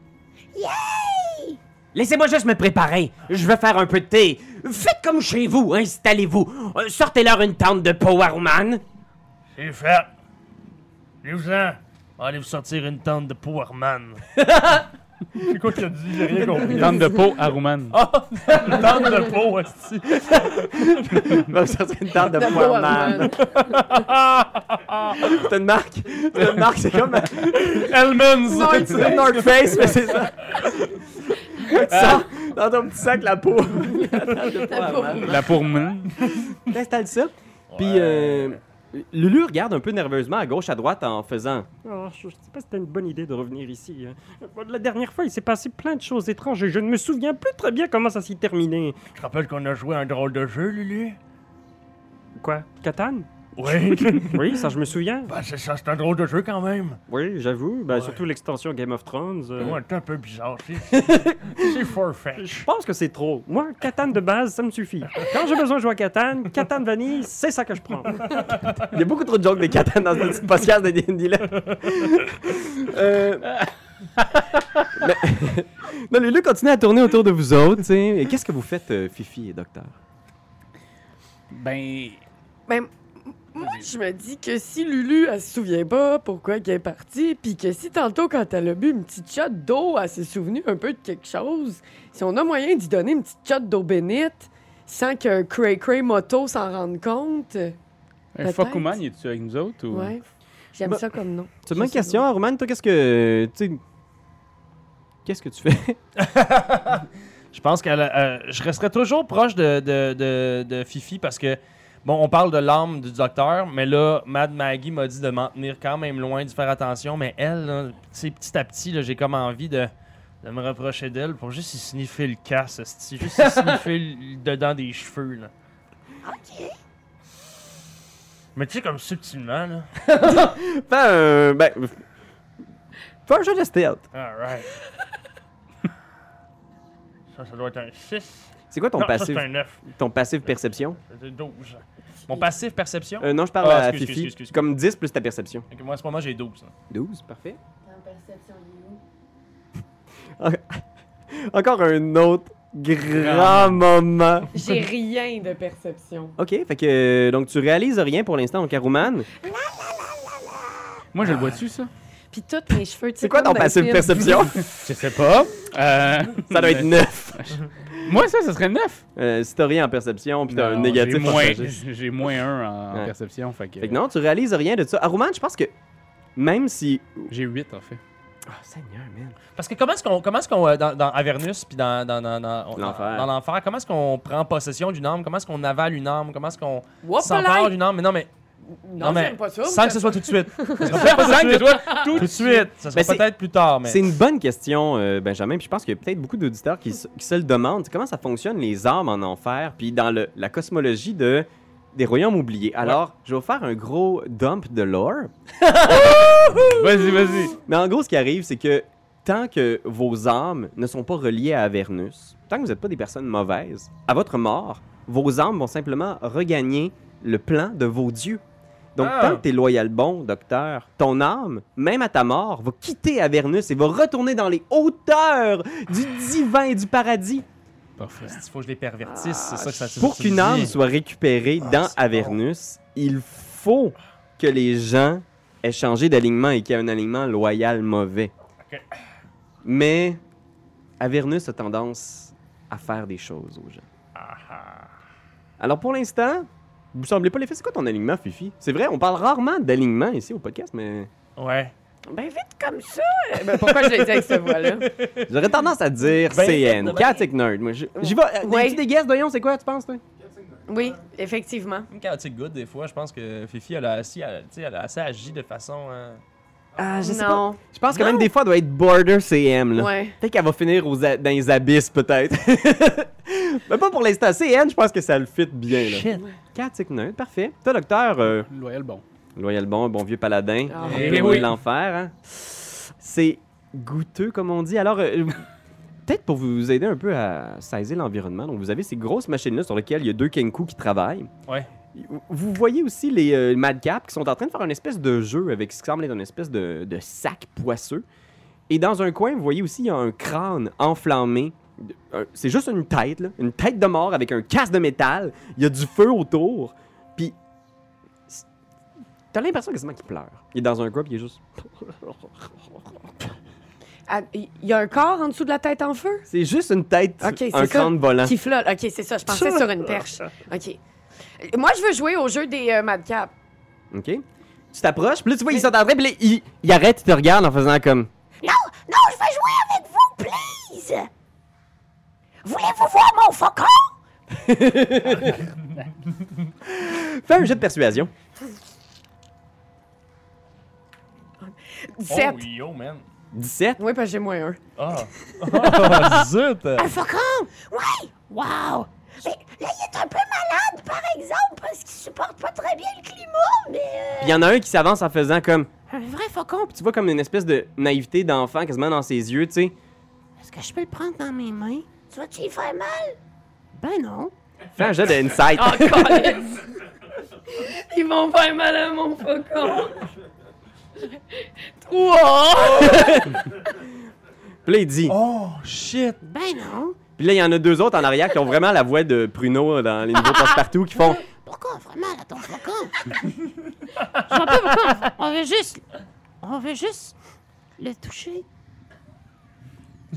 A: Laissez-moi juste me préparer. Je vais faire un peu de thé. Faites comme chez vous, installez-vous. Euh, Sortez-leur une tente de Powerman.
H: C'est fait. Venez-vous-en. Allez vous sortir une tente de Powerman. C'est quoi qu'il a dit? J'ai rien compris.
C: Tente de peau à Roumane.
H: Une tente de peau, esti.
A: va sortir une tarte de poire man. C'est une marque. C'est une marque, c'est comme.
H: Hellman's.
A: C'est une North Face, mais c'est ça. tu sors dans ton petit sac la peau.
C: La pourmane.
A: T'installes ça. Puis euh, Lulu regarde un peu nerveusement à gauche, à droite en faisant.
E: Oh, je, je sais pas si c'était une bonne idée de revenir ici. hein. Bon, La dernière fois, il s'est passé plein de choses étranges et je ne me souviens plus très bien comment ça s'est terminé.
H: Je rappelle qu'on a joué à un drôle de jeu, Lulu.
E: Quoi Catane
H: Oui.
E: Oui, ça je me souviens.
H: ben, c'est ça, c'est un drôle de jeu quand même.
E: Oui, j'avoue. Ben, Surtout l'extension Game of Thrones. euh,
H: Ouais, c'est un peu bizarre. c'est- C'est
E: Je
H: far-fetched.
E: pense que c'est trop. Moi, Catane de base, ça me suffit. Quand j'ai besoin de jouer à Catane, Catane vanille, c'est ça que je prends.
A: Il y a beaucoup trop de jokes de Catan dans cette petite podcast de D&D là. Euh, mais- non, Lulu continue à tourner autour de vous autres. tu sais. Et Qu'est-ce que vous faites, euh, Fifi et Docteur?
C: Ben,
B: Ben, moi, je me dis que si Lulu, elle se souvient pas pourquoi elle est partie, puis que si tantôt, quand elle a bu une petite shot d'eau, elle s'est souvenue un peu de quelque chose, si on a moyen d'y donner une petite shot d'eau bénite sans qu'un cray-cray moto s'en rende compte, euh,
C: un
B: Peut-être.
C: Fokuman, y es-tu avec nous autres? Ou...
B: ouais. J'aime
A: Bah,
B: ça comme nom.
A: C'est une
B: Je
A: bonne
B: sais
A: question, Roman. Toi, qu'est-ce que. Tu sais, Qu'est-ce que tu fais?
H: Je pense que je resterai toujours proche de, de- de- de Fifi parce que, bon, on parle de l'âme du docteur, mais là, Mad Maggie m'a dit de m'en tenir quand même loin, de faire attention, mais elle, là, tu sais, petit à petit, là, j'ai comme envie de, de me rapprocher d'elle pour juste y sniffer le casse, esti, juste y sniffer le dedans des cheveux. Là.
G: Ok.
H: Mais tu sais, comme subtilement, là.
A: Fais un. Ben. Fais un jeu de stealth.
H: Alright. Ça, ça doit être un 6.
A: C'est quoi ton
H: non, ça,
A: passif?
H: c'est un Euh, 9.
A: Ton passif perception?
H: C'est 12. Mon passif perception?
A: Euh, non, je parle
H: Ah,
A: à
H: excuse,
A: Fifi.
H: excuse, excuse, excuse.
A: Comme 10 plus ta perception.
H: Fait que moi, à ce moment, j'ai hein. 12. là.
A: 12, parfait.
B: En perception, il est où?
A: Encore un autre grand moment.
B: J'ai rien de perception.
A: Ok, fait que. euh, Donc, tu réalises rien pour l'instant en Carouman.
C: Moi, je le vois dessus, ça.
B: Puis tous mes cheveux, tu sais,
A: C'est quoi ton
B: comme dans le
A: passif
B: film.
A: perception?
C: Je sais pas. Euh,
A: Ça doit être 9.
C: Moi, ça, ça serait 9.
A: Euh, si t'as rien en perception, puis t'as un
C: Non,
A: négatif
C: J'ai
A: en
C: moins,
A: sagesse.
C: j'ai moins 1 en
A: Ouais.
C: perception. Fait que,
A: Fait que non, tu réalises rien de ça. Aruman, je pense que même si.
C: J'ai 8, en fait.
A: Ah, Seigneur, man.
H: Parce que comment est-ce qu'on, comment est-ce qu'on euh, dans, dans Avernus puis dans, dans, dans, dans, on-
A: L'enfer.
H: dans l'enfer, comment est-ce qu'on prend possession d'une arme, comment est-ce qu'on avale une arme, comment est-ce qu'on s'empare
B: Whoop-a-like!
H: d'une arme, mais non mais,
B: Non,
H: mais
B: j'aime pas ça.
H: sans
B: moi,
H: que ce soit tout de suite, Ça sera
C: Ça,
H: pas
C: cinq,
H: tout
C: c'est
H: de suite,
C: toi.
H: tout de suite, ça sera
A: Ben, c'est-
H: peut-être plus tard, mais
A: C'est une bonne question, euh, Benjamin. Puis je pense qu'il y a peut-être beaucoup d'auditeurs qui, se- qui se le demandent. C'est Comment ça fonctionne les armes en enfer, puis dans le- la cosmologie de des royaumes oubliés. Alors, je vais vous faire un gros dump de lore.
C: Vas-y, vas-y.
A: Mais en gros, ce qui arrive, c'est que tant que vos âmes ne sont pas reliées à Avernus, tant que vous n'êtes pas des personnes mauvaises, à votre mort, vos âmes vont simplement regagner le plan de vos dieux. Donc,
H: Ah.
A: tant que tu es loyal bon, docteur, ton âme, même à ta mort, va quitter Avernus et va retourner dans les hauteurs du divin et du paradis
C: Parfait.
H: il faut que je les pervertisse, c'est ça que ça Ah, c'est
A: pour
H: ça que tu
A: qu'une âme
H: dis. Ah,
A: soit récupérée dans Avernus, il faut que les gens aient changé d'alignement et qu'il y ait un alignement loyal mauvais.
H: Ok.
A: Mais Avernus a tendance à faire des choses aux gens.
H: Ah,
A: Alors pour l'instant, vous semblez pas les faire. C'est quoi ton alignement, Fifi? C'est vrai, on parle rarement d'alignement ici au podcast, mais
H: Ouais.
G: Ben vite comme ça.
B: c'est- Ben, pourquoi je l'ai dit avec cette voix-là?
A: j'aurais tendance à dire
H: Ben,
A: CN, Chaotic Nerd. Moi, je- j'y vais. Euh,
B: Ouais.
A: tu des guesses, voyons, c'est quoi, tu penses, toi?
B: Oui, effectivement.
H: Même quand tu good des fois, je pense que Fifi elle a assez, elle, tu sais, elle a assez agi de façon hein.
B: Euh,
A: Ah, je sais pas.
B: non.
A: Je pense que même des fois, elle doit être border CM, là.
B: Ouais.
A: Peut-être qu'elle va finir aux a- dans les abysses, peut-être. Mais pas pour l'instant. CN, je pense que ça le fit bien. Là.
H: Shit.
A: Chaotic Nerd, parfait. Toi, docteur, euh,
C: Loyal, bon.
A: loyal bon, bon vieux paladin,
B: Ah.
A: un
C: Eh
A: peu loin
C: oui.
A: de l'enfer. hein. C'est goûteux, comme on dit. Alors, euh, peut-être pour vous aider un peu à saisir l'environnement, donc vous avez ces grosses machines-là sur lesquelles il y a deux Kenku qui travaillent.
H: Ouais.
A: Vous voyez aussi les euh, Madcap qui sont en train de faire une espèce de jeu avec ce qui semble être une espèce de, de sac poisseux. Et dans un coin, vous voyez aussi, il y a un crâne enflammé. De- un- C'est juste une tête, là, une tête de mort avec un casque de métal. Il y a du feu autour. Puis, c'est- t'as l'impression quasiment qu'il pleure. Il est dans un coin, puis il est juste.
B: Ah, Il y a un corps en dessous de la tête en feu?
A: C'est juste une tête,
B: Ok, c'est
A: un
B: ça.
A: crâne volant. Ah.
B: Qui flotte. OK, c'est ça. Je pensais sur une perche. OK. Euh, Moi, je veux jouer au jeu des euh, Madcap.
A: Ok. Tu t'approches, puis là, tu vois, il sont en train, puis là, il, il arrête, il te regarde en faisant comme.
G: Non, je veux jouer avec vous, please. Voulez-vous voir mon faucon?
A: Fais un jet de persuasion.
B: 17.
H: Oh
B: oui.
H: yo man.
A: 17.
B: parce que j'ai moins un.
H: Ah. Oh, zut.
G: Un faucon? Oui. Wow. Mais là, il est un peu malade, par exemple, parce qu'il supporte pas très bien le climat, mais...
A: Puis il y en a un qui s'avance en faisant comme. Un vrai faucon, puis tu vois comme une espèce de naïveté d'enfant quasiment dans ses yeux, tu sais.
G: Est-ce que je peux le prendre dans mes mains? Tu
F: euh,
G: vas-tu y faire mal? Ben non.
A: Fais un jet d'insight.
B: Oh, Ils vont faire mal à mon faucon. Oh. Trois.
A: Puis là, il dit.
H: Oh shit.
G: Ben non.
A: Puis là, il y en a deux autres en arrière qui ont vraiment la voix de Pruno dans les nouveaux passe-partout qui font.
G: Pourquoi on ferait mal à ton faucon? Je vois pas pourquoi. On veut juste... On veut juste... Le toucher.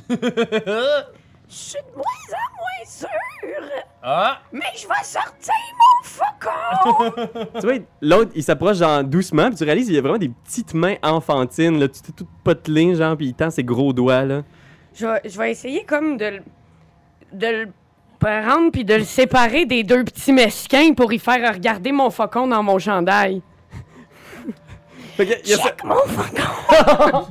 G: Je suis de moins en moins sûre,
H: Ah.
G: mais Ben, je vais sortir mon faucon!
A: Tu vois, l'autre, il s'approche genre doucement, puis tu réalises, il y a vraiment des petites mains enfantines, là, tout, tout potelées, genre, puis il tend ses gros doigts, là.
B: Je vais, je vais essayer comme de le. de le prendre puis de le séparer des deux petits mesquins pour y faire regarder mon faucon dans mon chandail.
A: Fait que il y a
G: Check mon faucon.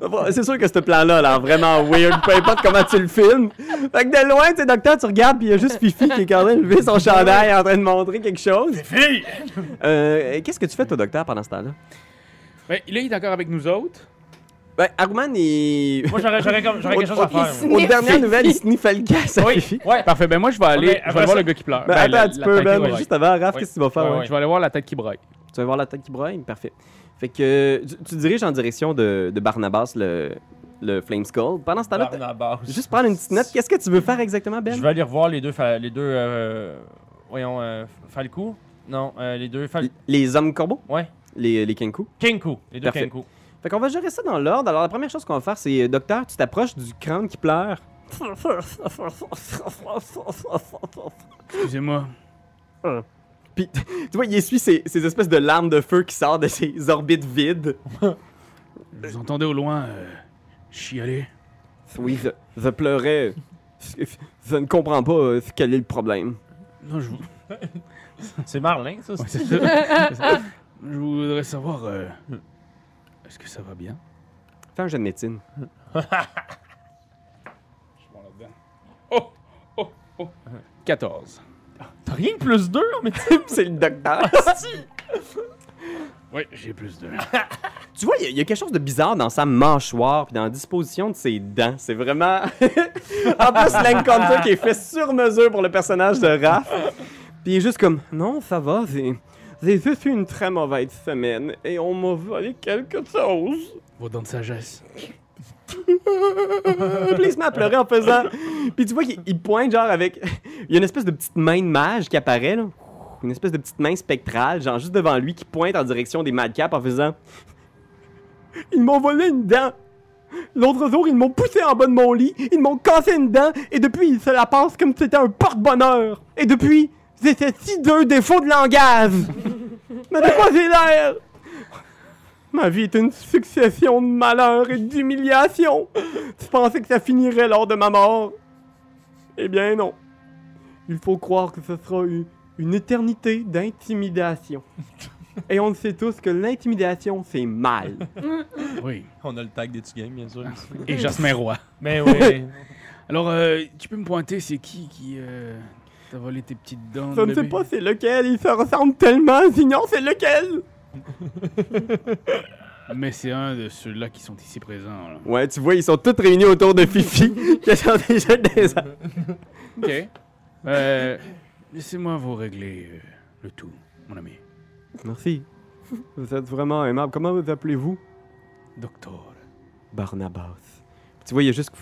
A: ça- C'est sûr que ce plan-là, là, vraiment weird, peu importe comment tu le filmes. Fait que de loin, tu sais, docteur, tu regardes, puis il y a juste Fifi qui est quand même levé son chandail en train de montrer quelque chose.
C: Fille!
A: Euh, Qu'est-ce que tu fais, toi, docteur, pendant ce temps-là?
C: Ben, là, il est encore avec nous autres.
A: Ben, Aruman, il.
D: Moi, j'aurais j'aurais comme- j'aurais quelque chose à faire. moi.
A: Aux dernières nouvelles, il sniffait le gas à Fifi.
D: Ouais.
C: Parfait, ben moi, je vais aller,
D: mais
C: je vais
D: après
C: aller voir
D: ça-
C: le gars qui pleure.
A: Ben,
C: Ben,
A: attends
C: la-
A: un petit
C: la
A: peu,
C: tête qui
A: Ben,
C: braille.
A: juste avant, Raph,
D: Ouais.
A: qu'est-ce que tu vas faire?
D: Ouais,
A: ouais?
D: ouais.
C: Je vais aller voir la tête qui braille.
A: Tu vas voir la tête qui braille? Parfait. Fait que tu, tu diriges en direction de, de Barnabas, le, le Flame Skull. Pendant ce temps-là, t'as-
H: Barnabas.
A: juste prendre une petite note. Qu'est-ce que tu veux faire exactement, Ben?
H: Je vais aller revoir les deux. fa- Les deux euh, voyons, euh, Falco Non, euh, les deux. Fal...
A: L- Les hommes corbeaux?
H: Ouais.
A: Les, les Kenku?
H: Kenku. Les deux
A: Parfait.
H: Kenku.
A: Fait qu'on va gérer ça dans l'ordre. Alors, la première chose qu'on va faire, c'est euh, Docteur, tu t'approches du crâne qui pleure.
C: Excusez-moi.
A: Puis, tu vois, il essuie ces, ces espèces de larmes de feu qui sortent de ses orbites vides.
C: Vous entendez au loin euh, chialer?
A: Oui, je, je pleurais. Je, je ne comprends pas euh, quel est le problème.
C: Non, je vous.
H: C'est Marlin, ça.
C: Ouais, c'est ça. C'est ça. Je voudrais savoir. euh, Est-ce que ça va bien?
A: Fais un jeu de médecine.
C: Je prends là-dedans. Oh! Oh! Oh! 14.
H: T'as rien que plus deux, mais
A: c'est le docteur.
C: Oui, j'ai plus de.
A: Tu vois, il y a- il y, a quelque chose de bizarre dans sa mâchoire puis dans la disposition de ses dents. C'est vraiment. en plus, l'encounter qui est fait sur mesure pour le personnage de Raph. Puis il est juste comme Non, ça va, j'ai. J'ai juste eu une très mauvaise semaine et on m'a volé quelque chose.
C: Vos dents de sagesse.
A: Puis il se met à pleurer en faisant. Puis tu vois qu'il il pointe, genre, avec. Il y a une espèce de petite main de mage qui apparaît, là. Une espèce de petite main spectrale, genre, juste devant lui, qui pointe en direction des madcaps en faisant. Ils m'ont volé une dent! L'autre jour, ils m'ont poussé en bas de mon lit, ils m'ont cassé une dent, et depuis, ils se la passent comme si c'était un porte-bonheur! Et depuis, c'est ces hideux défaut de langage! Mais de quoi j'ai l'air? Ma vie est une succession de malheurs et d'humiliations! Tu pensais que ça finirait lors de ma mort? Eh bien non. Il faut croire que ce sera une, une éternité d'intimidation. Et on le sait tous que l'intimidation, c'est mal.
C: Oui.
H: On a le tag des two games, bien sûr.
A: Ah.
C: Et Jasmin Roy.
H: mais oui.
C: Alors, euh, tu peux me pointer, c'est qui qui euh, t'a volé tes petites dents?
A: Je ne sais
C: bébé?
A: pas c'est lequel, ils se ressemblent tellement, j'ignore c'est lequel!
C: Mais c'est un de ceux-là qui sont ici présents. là.
A: Ouais, tu vois, ils sont tous réunis autour de Fifi, qui sont déjà des...
C: Ok. Euh, Laissez-moi vous régler euh, le tout, mon ami.
A: Merci. Vous êtes vraiment aimable. Comment vous appelez-vous?
C: Docteur.
A: Barnabas. Tu vois, il y a juste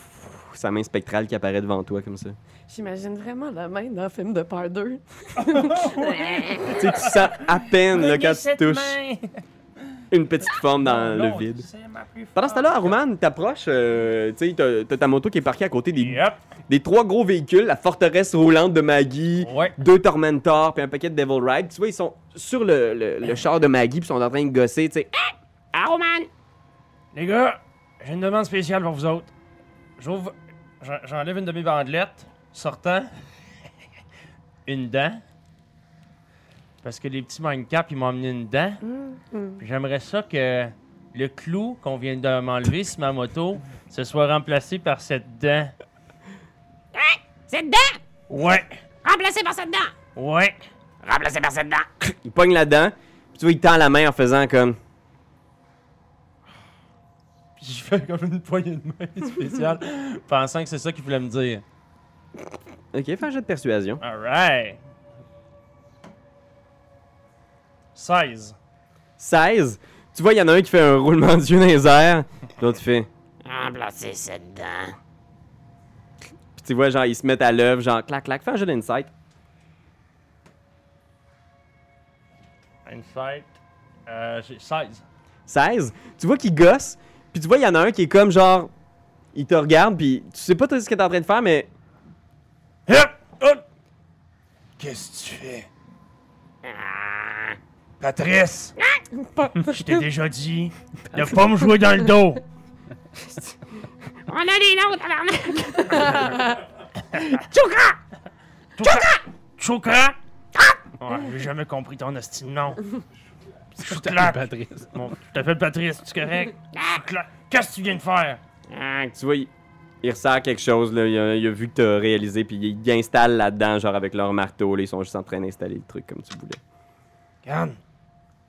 A: sa main spectrale qui apparaît devant toi comme ça.
B: J'imagine vraiment la main dans le film de Part 2.
A: tu sais, tu sens à peine là, quand tu touches. une petite forme dans le vide. Pendant ce temps-là, Aruman, t'approches, euh, tu sais, t'as- t'as ta moto qui est parquée à côté des,
H: Yep.
A: des trois gros véhicules, la forteresse roulante de Maggie,
H: Ouais.
A: deux Tormentors, puis un paquet de Devil Ride. Tu vois, ils sont sur le, le, le char de Maggie, puis ils sont en train de gosser, tu sais.
G: Oh,
H: Les gars, j'ai une demande spéciale pour vous autres. J'ouvre. j'en- J'enlève une de mes bandelettes, sortant. une dent. Parce que les petits Minecap, ils m'ont amené une dent. Puis J'aimerais ça que le clou qu'on vient de m'enlever sur ma moto se soit remplacé par cette dent.
G: Hein? Cette dent!
H: Ouais,
B: Ah,
G: Remplacée par cette dent!
H: ouais.
G: Remplacée par cette dent!
A: Il pogne la dent, puis tu vois, il tend la main en faisant comme.
H: Puis je fais comme une poignée de main spéciale, pensant que c'est ça qu'il voulait me dire.
A: Ok, fais un jet de persuasion.
E: Ah.
H: Alright. 16.
A: 16. Tu vois, il y en a un qui fait un roulement d'yeux dans les airs, puis l'autre, il fait.
G: Remplacée cette dent!
A: Puis tu vois, genre, ils se mettent à l'œuvre, genre, clac, clac, fais un jet d'insight.
H: Insight. Euh, j'ai 16.
A: 16, tu vois qu'il gosse, puis tu vois, il y en a un qui est comme genre. Il te regarde, puis tu sais pas tout ce que t'es en train de faire, mais.
I: Qu'est-ce que tu fais? Patrice!
H: Je t'ai déjà dit de pas me jouer dans le dos.
J: On a les noms, tabarnak!
H: Chouka! Ouais, j'ai jamais compris ton hostile nom. Chouclac. Patrice. Bon, je t'appelle Patrice, tu correct? Chouclac. Qu'est-ce que tu viens de faire?
A: Ah, tu vois, il, il ressent quelque chose, là. Il a, il a vu que t'as réalisé, puis il installe là-dedans, genre avec leur marteau. Là, ils sont juste en train d'installer le truc comme tu voulais.
H: Regarde,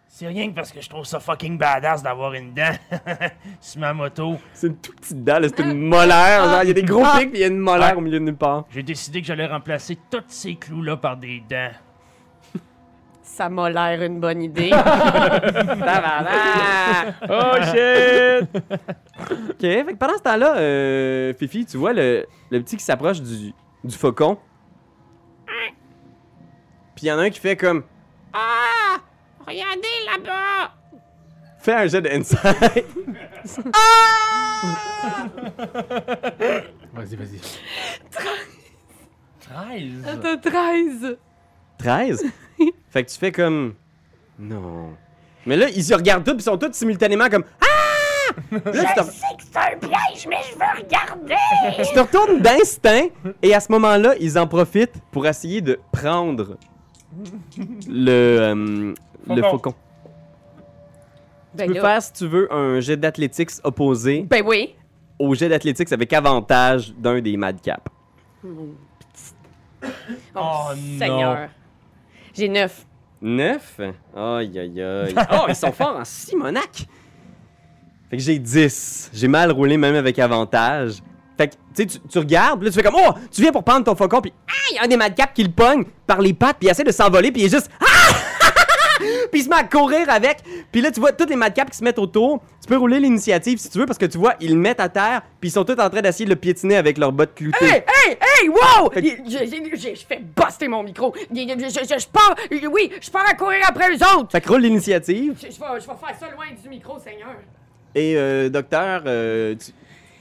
H: c'est rien que parce que je trouve ça fucking badass d'avoir une dent sur ma moto.
A: C'est une toute petite dalle, là, c'est une molaire. Genre, il y a des gros pics, puis il y a une molaire au milieu de nulle part.
H: J'ai décidé que j'allais remplacer tous ces clous-là par des dents.
B: Ça m'a l'air une bonne idée. bah. Ah!
H: Oh shit!
A: Ok, fait que pendant ce temps-là, euh, Fifi, tu vois le, le petit qui s'approche du, du faucon. Puis il y en a un qui fait comme.
J: Ah! Regardez là-bas!
A: Fais un jet d'insight.
C: Vas-y, vas-y.
H: 13?
B: T'as 13.
A: 13. fait que tu fais comme. Non. Mais là, ils se regardent tous, puis ils sont tous simultanément comme. Ah! Là, tu te-
G: sais que c'est un piège, mais je veux regarder.
A: tu te retournes d'instinct, et à ce moment-là, ils en profitent pour essayer de prendre le, euh, le
H: Faucon.
A: faucon. Tu
B: Ben,
A: peux
B: là.
A: faire, si tu veux, un jet d'athlétics opposé
B: ben oui.
A: au jet d'athlétics avec avantage d'un des madcaps.
B: Oh,
H: Oh, non.
B: Seigneur. J'ai 9.
A: 9? Aïe, aïe, aïe. Oh, ils sont forts en Simonac! Fait que j'ai 10. J'ai mal roulé, même avec avantage. Fait que, tu sais, tu- tu regardes, puis là, tu fais comme, oh, tu viens pour prendre ton faucon, puis ah, il y a un des madcaps qui le pogne par les pattes, puis il essaie de s'envoler, puis il est juste, ah! puis il se met à courir avec. Puis là, tu vois tous les madcaps qui se mettent autour. Tu peux rouler l'initiative si tu veux, parce que tu vois, ils le mettent à terre, puis ils sont tous en train d'essayer de le piétiner avec leurs bottes cloutées.
B: Hey, hey, hey, wow!
A: Fait-
B: Il- j'ai- j'ai- j'ai- Je fais buster mon micro. Il- il- Je, je- je pars, oui, je pars à courir après eux autres.
A: Fait que roule l'initiative,
B: Je, je vais, je vais faire ça loin du micro, Seigneur.
A: et euh, docteur, euh, tu-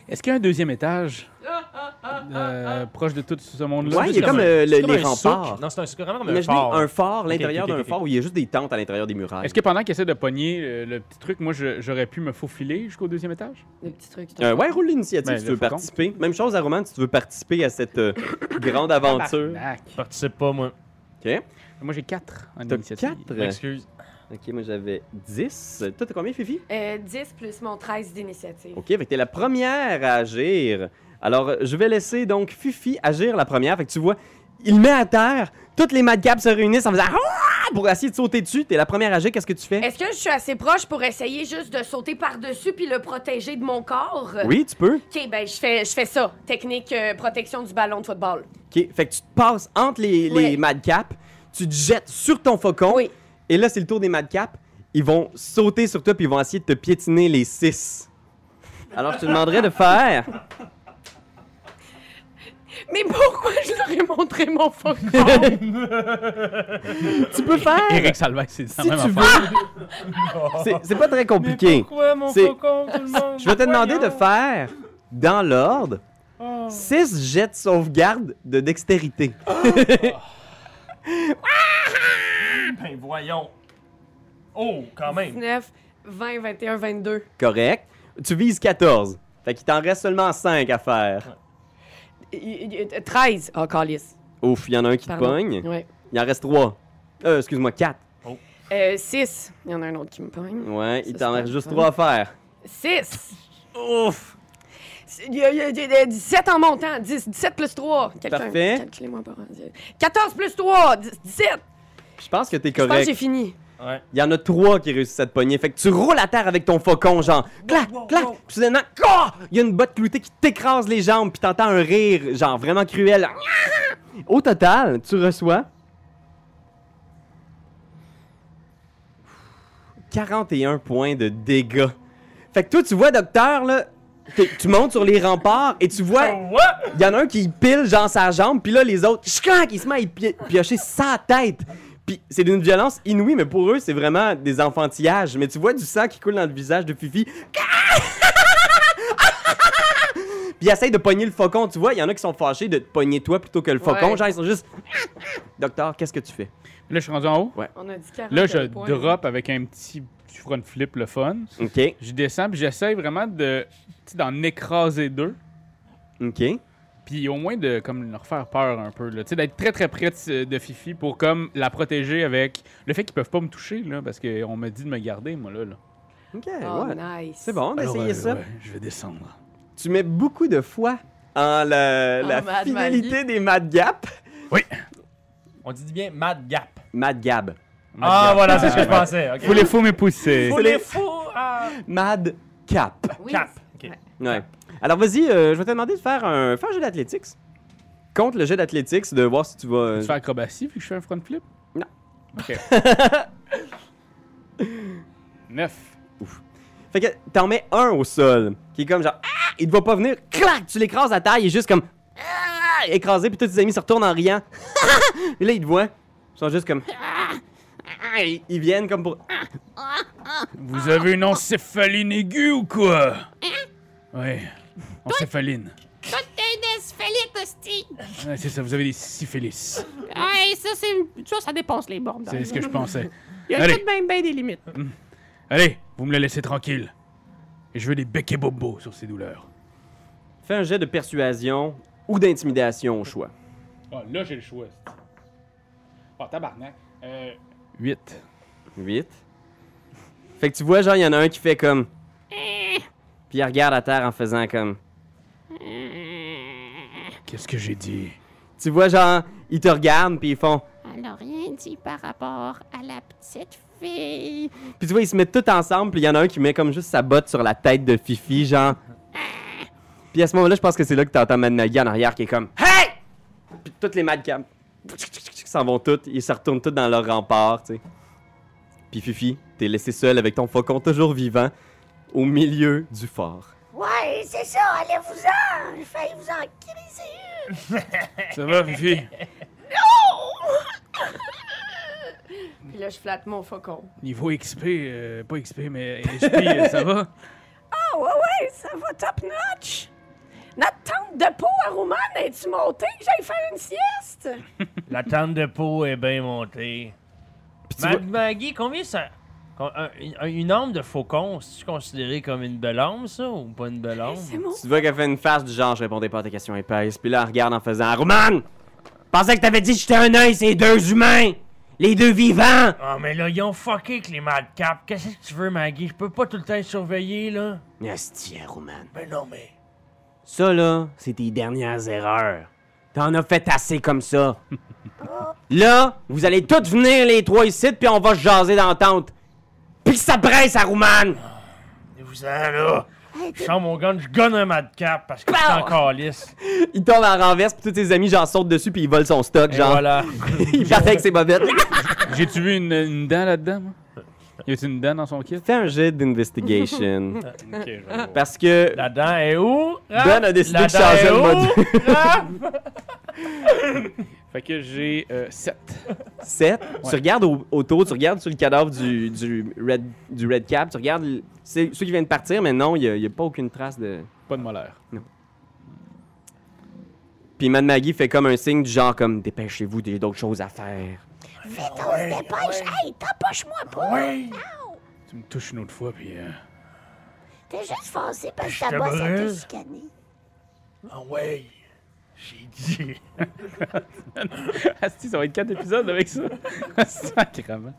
C: Est-ce qu'il y a un deuxième étage
B: Ah, ah, ah, ah, ah.
C: euh, proche de tout ce monde-là?
A: ouais, il y
C: C'est
A: a comme euh, le-
H: C'est comme
A: les
H: un
A: remparts.
H: souk. Non, c'est un souk, vraiment comme un
A: Imaginez
H: fort.
A: un fort, l'intérieur
H: ok, ok,
A: d'un
H: ok.
A: fort où il y a juste des tentes à l'intérieur des murailles.
C: Est-ce que pendant qu'il essaie de pogner euh, le petit truc, moi, je- j'aurais pu me faufiler jusqu'au deuxième étage?
B: Le petit truc. c'est un-
A: Euh, ouais, roule l'initiative
C: Ben,
A: si tu
C: le
A: veux
C: faucon.
A: participer. Même chose à Roman si tu veux participer à cette euh, grande aventure.
C: Tabarnak.
H: Je participe pas, moi.
C: Moi, j'ai 4 en
A: T'as
C: initiative.
A: 4.
H: M'excuse.
A: Ok, moi j'avais 10. Toi, t'as combien, Fifi?
B: Euh, 10 plus mon 13 d'initiative.
A: Ok, fait que t'es la première à agir. Alors, euh, je vais laisser donc Fifi agir la première. Fait que tu vois, il met à terre, toutes les madcaps se réunissent en faisant Ah! pour essayer de sauter dessus. T'es la première à agir, qu'est-ce que tu fais?
B: Est-ce que je suis assez proche pour essayer juste de sauter par-dessus puis le protéger de mon corps?
A: Oui, tu peux.
B: Ok, ben je fais, je fais ça. Technique euh, protection du ballon de football.
A: Ok, fait que tu te passes entre les, les
B: Ouais.
A: madcaps, tu te jettes sur ton faucon.
B: Oui.
A: Et là, c'est le tour des madcaps. Ils vont sauter sur toi puis ils vont essayer de te piétiner les six. Alors, je te demanderais de faire.
B: Mais pourquoi je leur ai montré mon faux
A: Tu peux faire.
C: Eric Salvaille, c'est ça
A: Si
C: même
A: tu
C: affaire.
A: veux. C'est- C'est pas très compliqué.
H: Pourquoi mon
A: C'est-
H: faucon, tout le monde?
A: Je vais te demander de
H: Voyons.
A: faire, dans l'ordre,
H: Oh.
A: six jets de sauvegarde de dextérité.
H: Ben voyons. Oh, quand même.
B: 9, 20, 21, 22.
A: Correct. Tu vises 14. Fait qu'il t'en reste seulement 5 à faire.
B: Y- y- y- 13. Oh, calice.
A: Ouf, il y en a un qui te
B: Pardon.
A: pogne.
B: Ouais.
A: Il en reste 3. Euh, excuse-moi, 4.
B: Euh, 6. Il y en a un autre qui me pogne.
A: Ouais, il
B: Ça,
A: t'en
B: c'est
A: reste
B: pas
A: juste
B: le
A: 3 à faire.
B: 6.
A: Ouf!
B: Il y a, il y a- il y a 17 en montant. 10, 17 plus 3. Quelqu'un,
A: Parfait.
B: Calculez-moi pas. 14 plus 3. 17.
A: Je pense que t'es
B: Je pense que j'ai
A: correct.
B: fini.
H: Ouais.
A: Il y en a trois qui réussissent à te pogner. Fait que tu roules à terre avec ton faucon, genre clac, clac. Puis Soudainement, ah! il y a une botte cloutée qui t'écrase les jambes, puis t'entends un rire, genre vraiment cruel. Au total, tu reçois 41 points de dégâts. Fait que toi, tu vois, docteur, là, t'es- tu montes sur les remparts et tu vois
H: What?
A: il y en a un qui pile genre sa jambe, puis là les autres, chclac, ils se mettent à y pi- piocher sa tête. Puis c'est d'une violence inouïe, mais pour eux, c'est vraiment des enfantillages. Mais tu vois du sang qui coule dans le visage de Fifi. puis ils essayent de pogner le faucon, tu vois. Il y en a qui sont fâchés de te pogner toi plutôt que le faucon.
B: Ouais.
A: Genre, ils sont juste. Docteur, qu'est-ce que tu fais?
C: Là, je suis rendu en haut.
B: On a dit 40.
C: Là, je
B: points.
C: drop avec un petit front flip le fun.
A: OK.
C: Je descends, puis j'essaie vraiment de tu sais, d'en écraser deux.
A: OK.
C: Puis au moins de comme leur faire peur un peu, là. Tu sais, d'être très très près de, de Fifi pour comme la protéger avec le fait qu'ils peuvent pas me toucher, là, parce qu'on me dit de me garder, moi, là. là.
A: OK,
B: Oh,
A: Eh, ouais.
B: nice.
A: C'est bon
C: Alors,
A: d'essayer
C: euh,
A: ça.
C: ouais, je vais descendre.
A: Tu mets beaucoup de foi en la,
B: En
A: la
B: Mad
A: finalité
B: Maggie.
A: des Mad Gap.
H: On dit bien Mad Gap.
A: Mad Gab.
H: Ah, voilà, c'est ce que je
C: Ouais.
H: pensais. ok.
C: Vous les fous me pousser.
H: Faut
A: C'est
H: les
A: les-
H: fous.
B: hein.
H: ah.
A: Mad Cap.
B: Oui,
H: Cap.
B: c'est-
H: Ok.
B: ouais.
A: Ouais. Alors vas-y, euh, je vais te demander de faire un, faire un jeu d'athlétiques. Contre le jeu d'athlétiques, de voir si tu vas.
C: Tu fais acrobatie vu que je fais un front flip?
A: Non.
C: Ok. Neuf.
A: Fait que t'en mets un au sol, qui est comme genre ah, il te va pas venir, clac, tu l'écrases à terre, il est juste comme ah, écrasé, puis tous tes amis se retournent en riant. Et là ils te voient, ils sont juste comme Ah! Ah! ils ils viennent comme pour ah.
C: Vous avez une encéphaline aiguë ou quoi?
A: Hein?
C: Oui. Encéphaline.
J: Toutes tes desfélites, hostie.
C: Ouais, c'est ça, vous avez des syphilis.
J: Ouais, ça, c'est une... ça, ça dépense les bornes.
C: C'est ce que je pensais.
J: Il y a
C: Allez. Mm.
J: tout de même ben des limites.
C: Allez, vous me la laissez tranquille. Et je veux des becs et bobos sur ces douleurs.
A: fais un jet de persuasion ou d'intimidation au choix.
C: Ah, là, j'ai le choix. Oh, tabarnak. Euh... 8.
A: 8. Fait que tu vois genre il y en a un qui fait comme eh, puis il regarde à terre en faisant comme
C: Qu'est-ce que j'ai dit?
A: tu vois genre ils te regardent puis ils font
J: Elle n'a rien dit par rapport à la petite fille.
A: Puis tu vois, ils se mettent tous ensemble, puis il y en a un qui met comme juste sa botte sur la tête de Fifi, genre. eh. Puis à ce moment-là, je pense que c'est là que t'entends Mad Maggie en arrière qui est comme Hey! Puis toutes les madcaps s'en vont toutes, ils se retournent toutes dans leur rempart, tu sais. Puis Fifi, t'es laissé seul avec ton faucon toujours vivant au milieu du fort.
G: Ouais, c'est ça, allez-vous-en! J'ai failli vous en criser!
C: Ça va, Fifi?
B: Puis là, je flatte mon faucon.
C: Niveau XP, euh, pas XP, mais HP, euh, ça va?
G: Ah, ouais, ouais, ça va top notch!
B: Notre tente de peau à Roumane, es-tu montée que j'aille faire une sieste?
H: La tente de peau est bien montée.
A: Puis tu
H: Ma-
A: vois,
H: Maggie, combien ça. con- un- un- une arme de faucon, c'est-tu considéré comme une belle arme, ça, ou pas une belle arme?
B: C'est mon
A: tu vois qu'elle fait une face du genre Je répondais pas à tes questions épaisses, puis là, elle regarde en faisant Roman! Pensais que t'avais dit que j'étais un œil, c'est deux humains! Les deux vivants!
H: Ah, mais là, ils ont fucké avec les madcaps. Qu'est-ce que tu veux, Maggie? Je peux pas tout le temps les surveiller, là.
A: Nastia, hein, Roman.
H: Ben non, mais.
A: Ça, là, c'est tes dernières erreurs. T'en as fait assez comme ça. là, vous allez tous venir, les trois ici, puis on va se jaser d'entente. Puis que ça presse à Roumane!
H: Et vous allez là. Je sens mon gun, je gonne un madcap parce que c'est
A: Pow!
H: encore lisse.
A: Il tombe en renverse, puis tous ses amis, j'en sautent dessus, puis ils volent son stock,
H: Et
A: genre.
H: voilà.
A: Ils partent avec ses bobettes.
C: J'ai-tu vu une, une dent là-dedans, moi? Y a-tu une dent dans son kit?
A: Fais un jet d'investigation.
C: Ok, je vais voir.
A: parce que
H: La dent est où? Raph?
A: Ben a décidé
H: La
A: de
H: dent
A: changer
H: est
A: le
H: où, Hein?
A: module.
H: Raph?
C: Fait que j'ai euh, 7.
A: 7, tu regardes au- autour, tu regardes sur le cadavre du, du, red, du red Cap, tu regardes le- c'est ceux qui viennent de partir, mais non, il n'y a pas aucune trace de.
C: Pas de molaire.
A: Puis Mad Maggie fait comme un signe du genre comme dépêchez-vous, j'ai d'autres choses à faire.
G: Vite, on se dépêche! Hey, t'empoche-moi pas!
C: Tu me touches une autre fois, puis... euh,
G: T'es juste foncé parce que
H: Je
G: ta
H: te
G: bosse a
H: brûle.
G: te chicané.
I: Ah ouais, j'ai dit.
C: Asti, ça va être 4 épisodes avec ça. Sacrement.